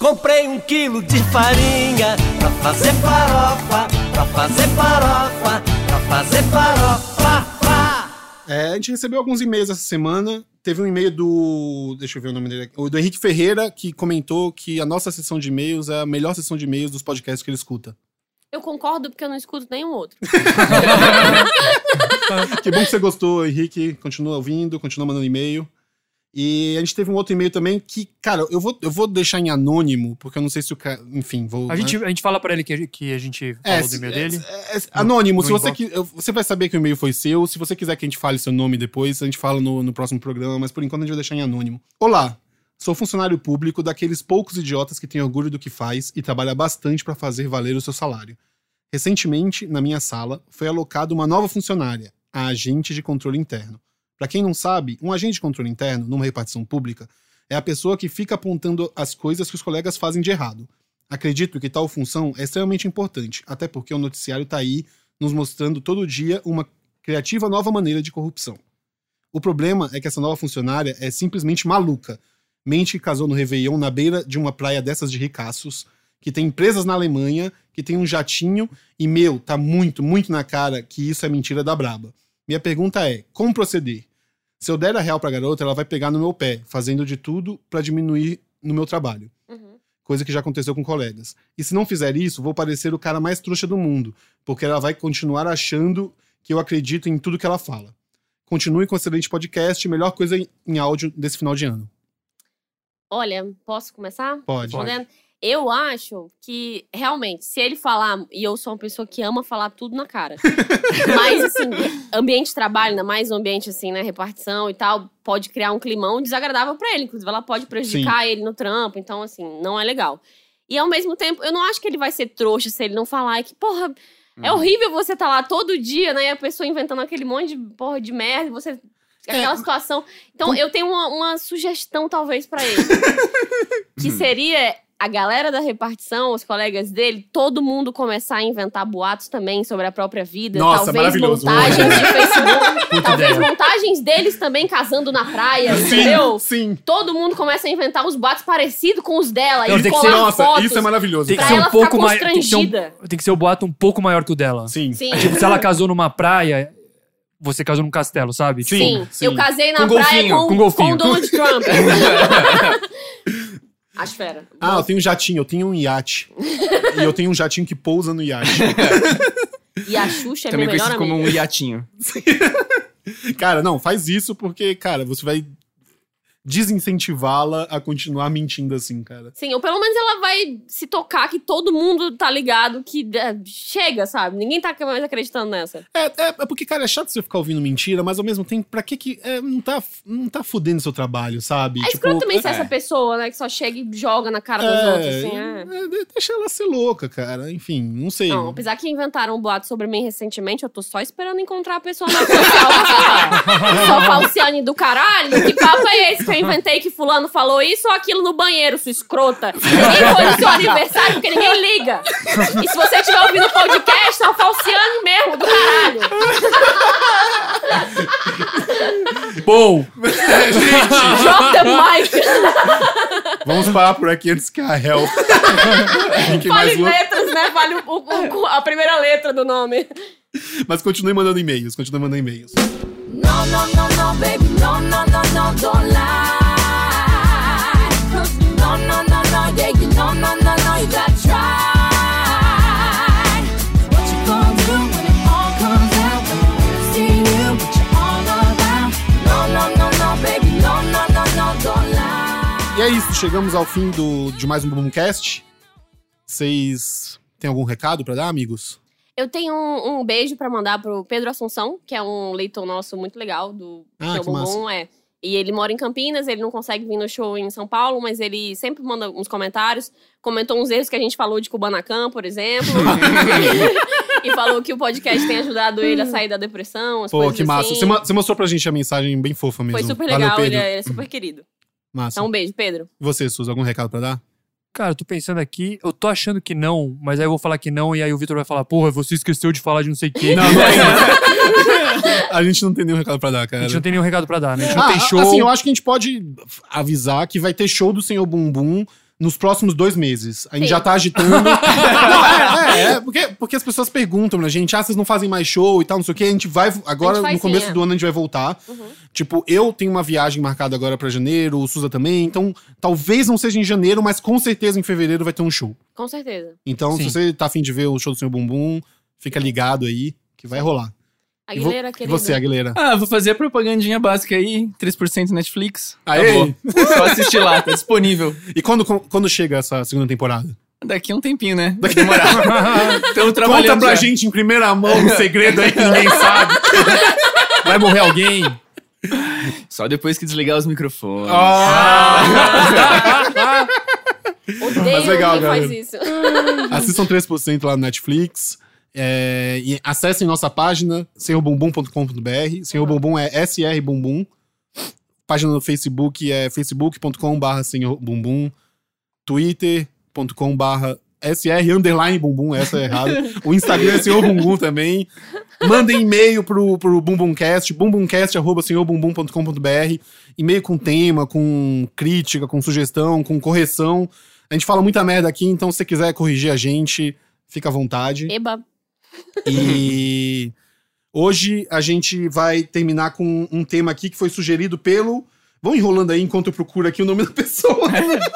Comprei um quilo de farinha pra fazer farofa, pra fazer farofa, pra fazer farofa.
É, a gente recebeu alguns e-mails essa semana. Teve um e-mail do. Deixa eu ver o nome dele aqui. O do Henrique Ferreira, que comentou que a nossa sessão de e-mails é a melhor sessão de e-mails dos podcasts que ele escuta.
Eu concordo porque eu não escuto nenhum outro.
que bom que você gostou, Henrique. Continua ouvindo, continua mandando e-mail. E a gente teve um outro e-mail também que, cara, eu vou, eu vou deixar em anônimo, porque eu não sei se o cara. Enfim, vou.
A gente, a gente fala pra ele que, que a gente
É,
falou do
se-
e-mail
é,
dele.
é, é, anônimo,
no
se você,
inbox.
qui- eu- você vai saber que o e-mail foi seu. Se você quiser que a gente fale seu nome depois, a gente fala no, no próximo programa, mas por enquanto a gente vai deixar em anônimo. Olá, sou funcionário público daqueles poucos idiotas que têm orgulho do que faz e trabalha bastante para fazer valer o seu salário. Recentemente, na minha sala, foi alocada uma nova funcionária, a agente de controle interno. Para quem não sabe, um agente de controle interno, numa repartição pública, é a pessoa que fica apontando as coisas que os colegas fazem de errado. Acredito que tal função é extremamente importante, até porque o noticiário está aí nos mostrando todo dia uma criativa nova maneira de corrupção. O problema é que essa nova funcionária é simplesmente maluca. Mente que casou no Réveillon na beira de uma praia dessas de ricaços, que tem empresas na Alemanha, que tem um jatinho, e meu, tá muito, muito na cara que isso é mentira da braba. Minha pergunta é: como proceder? Se eu der a real pra garota, ela vai pegar no meu pé, fazendo de tudo pra diminuir no meu trabalho.
Uhum.
coisa que já aconteceu com colegas. E se não fizer isso, vou parecer o cara mais trouxa do mundo, porque ela vai continuar achando que eu acredito em tudo que ela fala. Continue com o excelente podcast, melhor coisa em- em áudio desse final de ano.
Olha, posso começar?
Pode.
Respondendo? Eu acho que, realmente, se ele falar, e eu sou uma pessoa que ama falar tudo na cara. mas, assim, ambiente de trabalho, ainda mais um ambiente assim, né? Repartição e tal, pode criar um climão desagradável pra ele. Inclusive, ela pode prejudicar ele no trampo. Então, assim, não é legal. E ao mesmo tempo, eu não acho que ele vai ser trouxa se ele não falar. É que, porra, é
Uhum.
horrível você estar lá todo dia, né? E a pessoa inventando aquele monte de porra de merda, e você. Aquela situação. Então, eu tenho uma, uma sugestão, talvez, pra ele. que seria a galera da repartição, os colegas dele, todo mundo começar a inventar boatos também sobre a própria vida.
Nossa,
talvez
maravilhoso.
montagens de Facebook. talvez
ideia.
montagens deles também casando na praia, entendeu?
sim.
Todo mundo começa a inventar os boatos parecidos com os dela.
Não,
e
tem que
colar
ser-
Nossa,
fotos.
isso é maravilhoso.
Tem que
Pra
ser um
ela
pouco
ficar
mais. Tem que, ser um,
constrangida.
tem que ser o boato um pouco maior que o dela.
Sim.
Sim.
Tipo, se ela casou numa praia, você casou num castelo, sabe? Tipo,
Sim,
sim.
eu casei na
Com
praia
golfinho,
com,
com golfinho.
com Donald Trump. Acho fera.
Ah, eu tenho um jatinho, eu tenho um iate. e eu tenho um jatinho que pousa no iate.
E a Xuxa é
Também
minha melhor
conhecido
amiga.
como um iatinho.
Cara, não, faz isso porque, cara, você vai desincentivá-la a continuar mentindo assim, cara.
Sim, ou pelo menos ela vai se tocar que todo mundo tá ligado que eh, chega, sabe? Ninguém tá mais acreditando nessa.
É, é, é porque, cara, é chato você ficar ouvindo mentira, mas ao mesmo tempo, pra que que. é, não, tá, não tá fudendo seu trabalho, sabe? Tipo,
É escroto também ser
é.
essa pessoa, né? Que só chega e joga na cara dos outros, assim. É.
é, de- deixa ela ser louca, cara. Enfim, não sei.
Não, apesar que inventaram um boato sobre mim recentemente, eu tô só esperando encontrar a pessoa na social pra falar. Só falciane do caralho, que papo é esse que eu inventei que fulano falou isso ou aquilo no banheiro, sua escrota? Ninguém foi no seu aniversário porque ninguém liga. E se você estiver ouvindo o podcast, é um falciane mesmo do caralho.
Bom,
Drop the mic.
Vamos parar por aqui antes que a Hel
Vale
fique mais louca.
letras, né? Vale o- o- o- a primeira letra do nome.
Mas continue mandando e-mails, continue mandando e-mails.
No, no, no, no, baby, no, no, no, no, don't lie. 'Cause no, no, no, no, yeah, you no, no, no, no, you gotta try. What you gonna do when it all comes out? When I see you, what you all about? No, no, no, no, baby, no, no, no, no, don't lie.
E é isso, chegamos ao fim do, de mais um Boomcast. Vocês têm algum recado pra dar, amigos?
Eu tenho um, um beijo pra mandar pro Pedro Assunção, que é um leitor nosso muito legal do
Ah,
Seu
que massa.
Bumbum, é. E ele mora em Campinas, ele não consegue vir no show em São Paulo, mas ele sempre manda uns comentários. Comentou uns erros que a gente falou de Kubanacan, por exemplo. e falou que o podcast tem ajudado ele a sair da depressão, as
Pô,
coisas
que massa.
assim.
Você ma- Você mostrou pra gente a mensagem bem fofa mesmo.
Foi super
Valeu,
legal, ele
Pedro.
é, ele é super querido.
Massa.
Então, um beijo, Pedro.
E você, Suzy, algum recado pra dar?
cara, eu tô pensando aqui, eu tô achando que não, mas aí eu vou falar que não, e aí o Vitor vai falar, porra, você esqueceu de falar de não sei o quê.
Não, não tem. a gente não tem nenhum recado pra dar,
A
cara.
gente não tem nenhum recado pra dar, né? A gente não
Ah,
tem show.
Assim, eu acho que a gente pode avisar que vai ter show do Senhor Bumbum nos próximos dois meses. A gente
Sim.
já tá agitando. não, é, é, é, porque, porque as pessoas perguntam pra gente, ah, vocês não fazem mais show e tal, não sei o quê. A gente vai, agora
A gente faz
no começo
sim, é. Uhum.
do ano a gente vai voltar. Tipo, eu tenho uma viagem marcada agora pra janeiro, o Suza também, então talvez não seja em janeiro, mas com certeza em fevereiro vai ter um show.
Com certeza.
Então,
Sim.
se você tá afim de ver o show do Senhor Bumbum, fica ligado aí, que vai rolar. E vo-
Aguilera,
E
querida.
você, Aguilera?
Ah, vou fazer a propagandinha básica aí, 3% Netflix.
Aê!
Acabou. Só assistir lá, tá disponível.
E quando, quando chega essa segunda temporada?
Daqui a um tempinho, né? Vai demorar. Estamos trabalhando
Conta pra
já.
gente em primeira mão o segredo aí que ninguém sabe.
Vai morrer alguém?
Só depois que desligar os microfones.
Ah.
Odeio
Mas legal,
quem faz
galera.
isso.
Assistam 3% lá no Netflix. é, e acessem nossa página, senhorbumbum.com.br. Senhor Bumbum é SR Bumbum. Página no Facebook é facebook.com.br senhorbumbum. Twitter.com.br SR underline bumbum, essa é errada. o Instagram é senhor bumbum também. Mandem e-mail pro, pro bumbumcast, bumbumcast arroba senhorbumbum.com.br. E-mail com tema, com crítica, com sugestão, com correção. A gente fala muita merda aqui, então se você quiser corrigir a gente, fica à vontade.
Eba.
E hoje a gente vai terminar com um tema aqui que foi sugerido pelo Vão enrolando aí enquanto eu procuro aqui o nome da pessoa.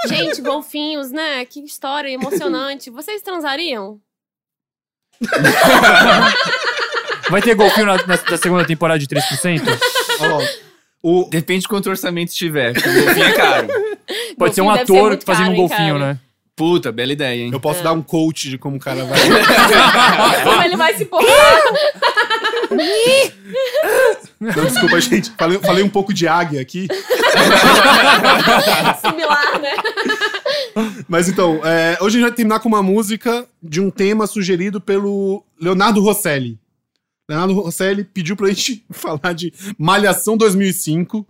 Gente, golfinhos, né? Que história emocionante. Vocês transariam?
Vai ter golfinho na, na- na segunda temporada de 3%?
Ó, o,
Depende de quanto orçamento tiver. porque O golfinho é caro.
Pode ser um
Golfinho deve
ator
muito
fazendo
caro,
um
hein,
golfinho,
cara?
né?
Puta, bela ideia, hein?
eu posso dar um coach de como o cara vai. Ah,
Como ele vai se portar?
Não, desculpa, gente. Falei, falei um pouco de águia aqui.
Similar, né?
Mas então, é, hoje a gente vai terminar com uma música de um tema sugerido pelo Leonardo Rosselli. Leonardo Rosselli pediu pra gente falar de Malhação 2005,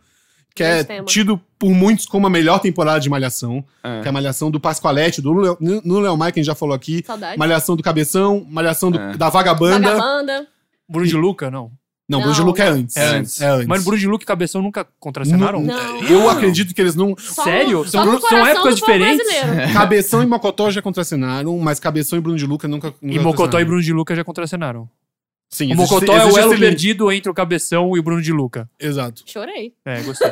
que é
Grande tema.
tido por muitos como a melhor temporada de Malhação,
Ah.
que é a Malhação do Pascoalete, do Leo- no Léo Maia, que a gente já falou aqui,
Saudade.
Malhação do Cabeção, Malhação do-
É.
da Vagabanda.
Vagabanda.
Bruno de Luca, não.
Não.
Não, Bruno de Luca é antes.
É antes.
É antes.
Mas Bruno de Luca e Cabeção nunca contracenaram?
Não.
Eu
é
acredito que eles não.
Só
Sério?
no-
São
só no
gru- são
coração
épocas
do povo
diferentes?
brasileiro.
Cabeção e Mocotó já contracenaram, mas Cabeção e Bruno de Luca nunca.
E
nunca
Mocotó e
contracenaram.
Bruno de Luca já contracenaram.
Sim,
O
existe-
Mocotó é o
existe
elo
esse link.
perdido entre o Cabeção e o Bruno de Luca.
Exato.
Chorei.
É, gostei.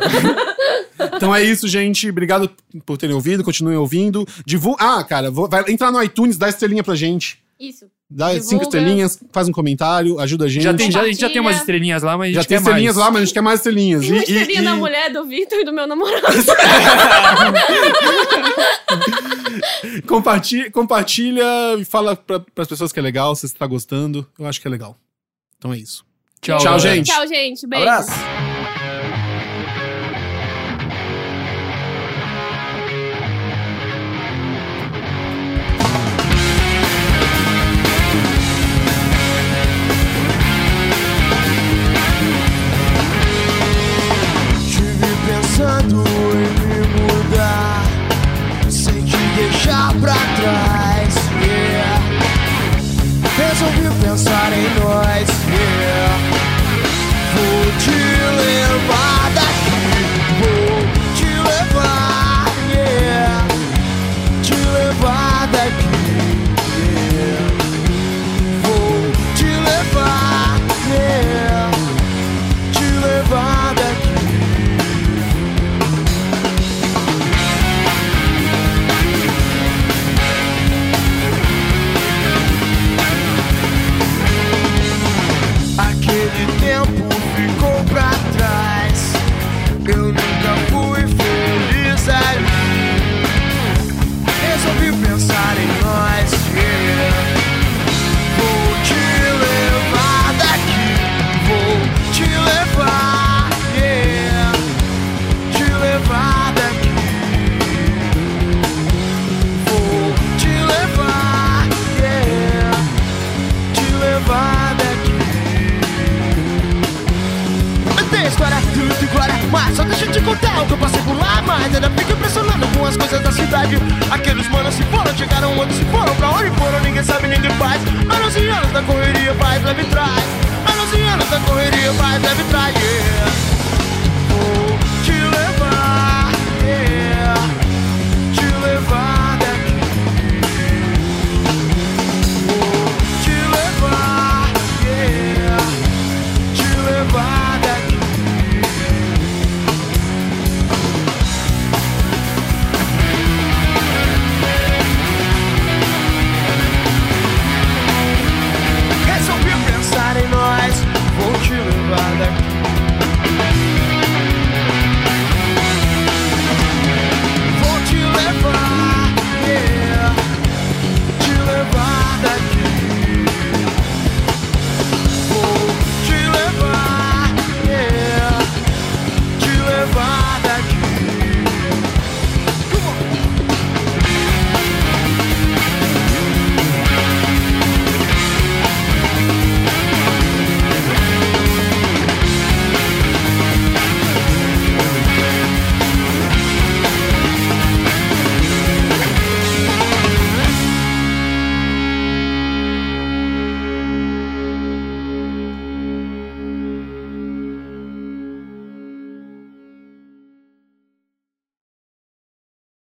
Então é isso, gente. Obrigado por terem ouvido, continuem ouvindo. Divu... Ah, cara, vou- vai entrar no iTunes, dá estrelinha pra gente.
Isso.
Dá
Divulga.
cinco estrelinhas, faz um comentário, ajuda a gente.
já tem, já, a gente já tem umas estrelinhas lá, mas a
Já
gente
tem
quer mais.
estrelinhas lá, mas a gente quer mais estrelinhas.
Tem uma
E- e-
estrelinha
e-
da mulher do Vitor e do meu namorado.
Compartilha, compartilha e fala pra, pras pessoas que é legal, se você tá gostando. Eu acho que é legal. Então é isso.
Tchau,
Tchau,
galera.
gente.
Tchau, gente. Beijo.
Abraço.
Tive pensando em me mudar Sem te deixar pra trás yeah. Resolvi pensar em nós yeah. Vou te levar daqui Vou te levar yeah. Te levar daqui yeah. Vou te levar yeah. Te levar daqui Aquele tempo ficou pra trás. Eu nunca fui feliz ali. Resolvi pensar em nós. yeah. Vou te levar daqui. Vou te levar. yeah. Te levar daqui. Vou te levar. yeah. Te levar daqui. Tem história de luta e glória Mas só deixa eu te contar o que eu passei por lá Mas ainda fico impressionado com as coisas da cidade Aqueles manos se foram, chegaram onde se foram Pra onde foram, ninguém sabe, ninguém faz Anos e anos da correria, faz, leve e traz Anos e anos da correria, faz, leve e traz yeah.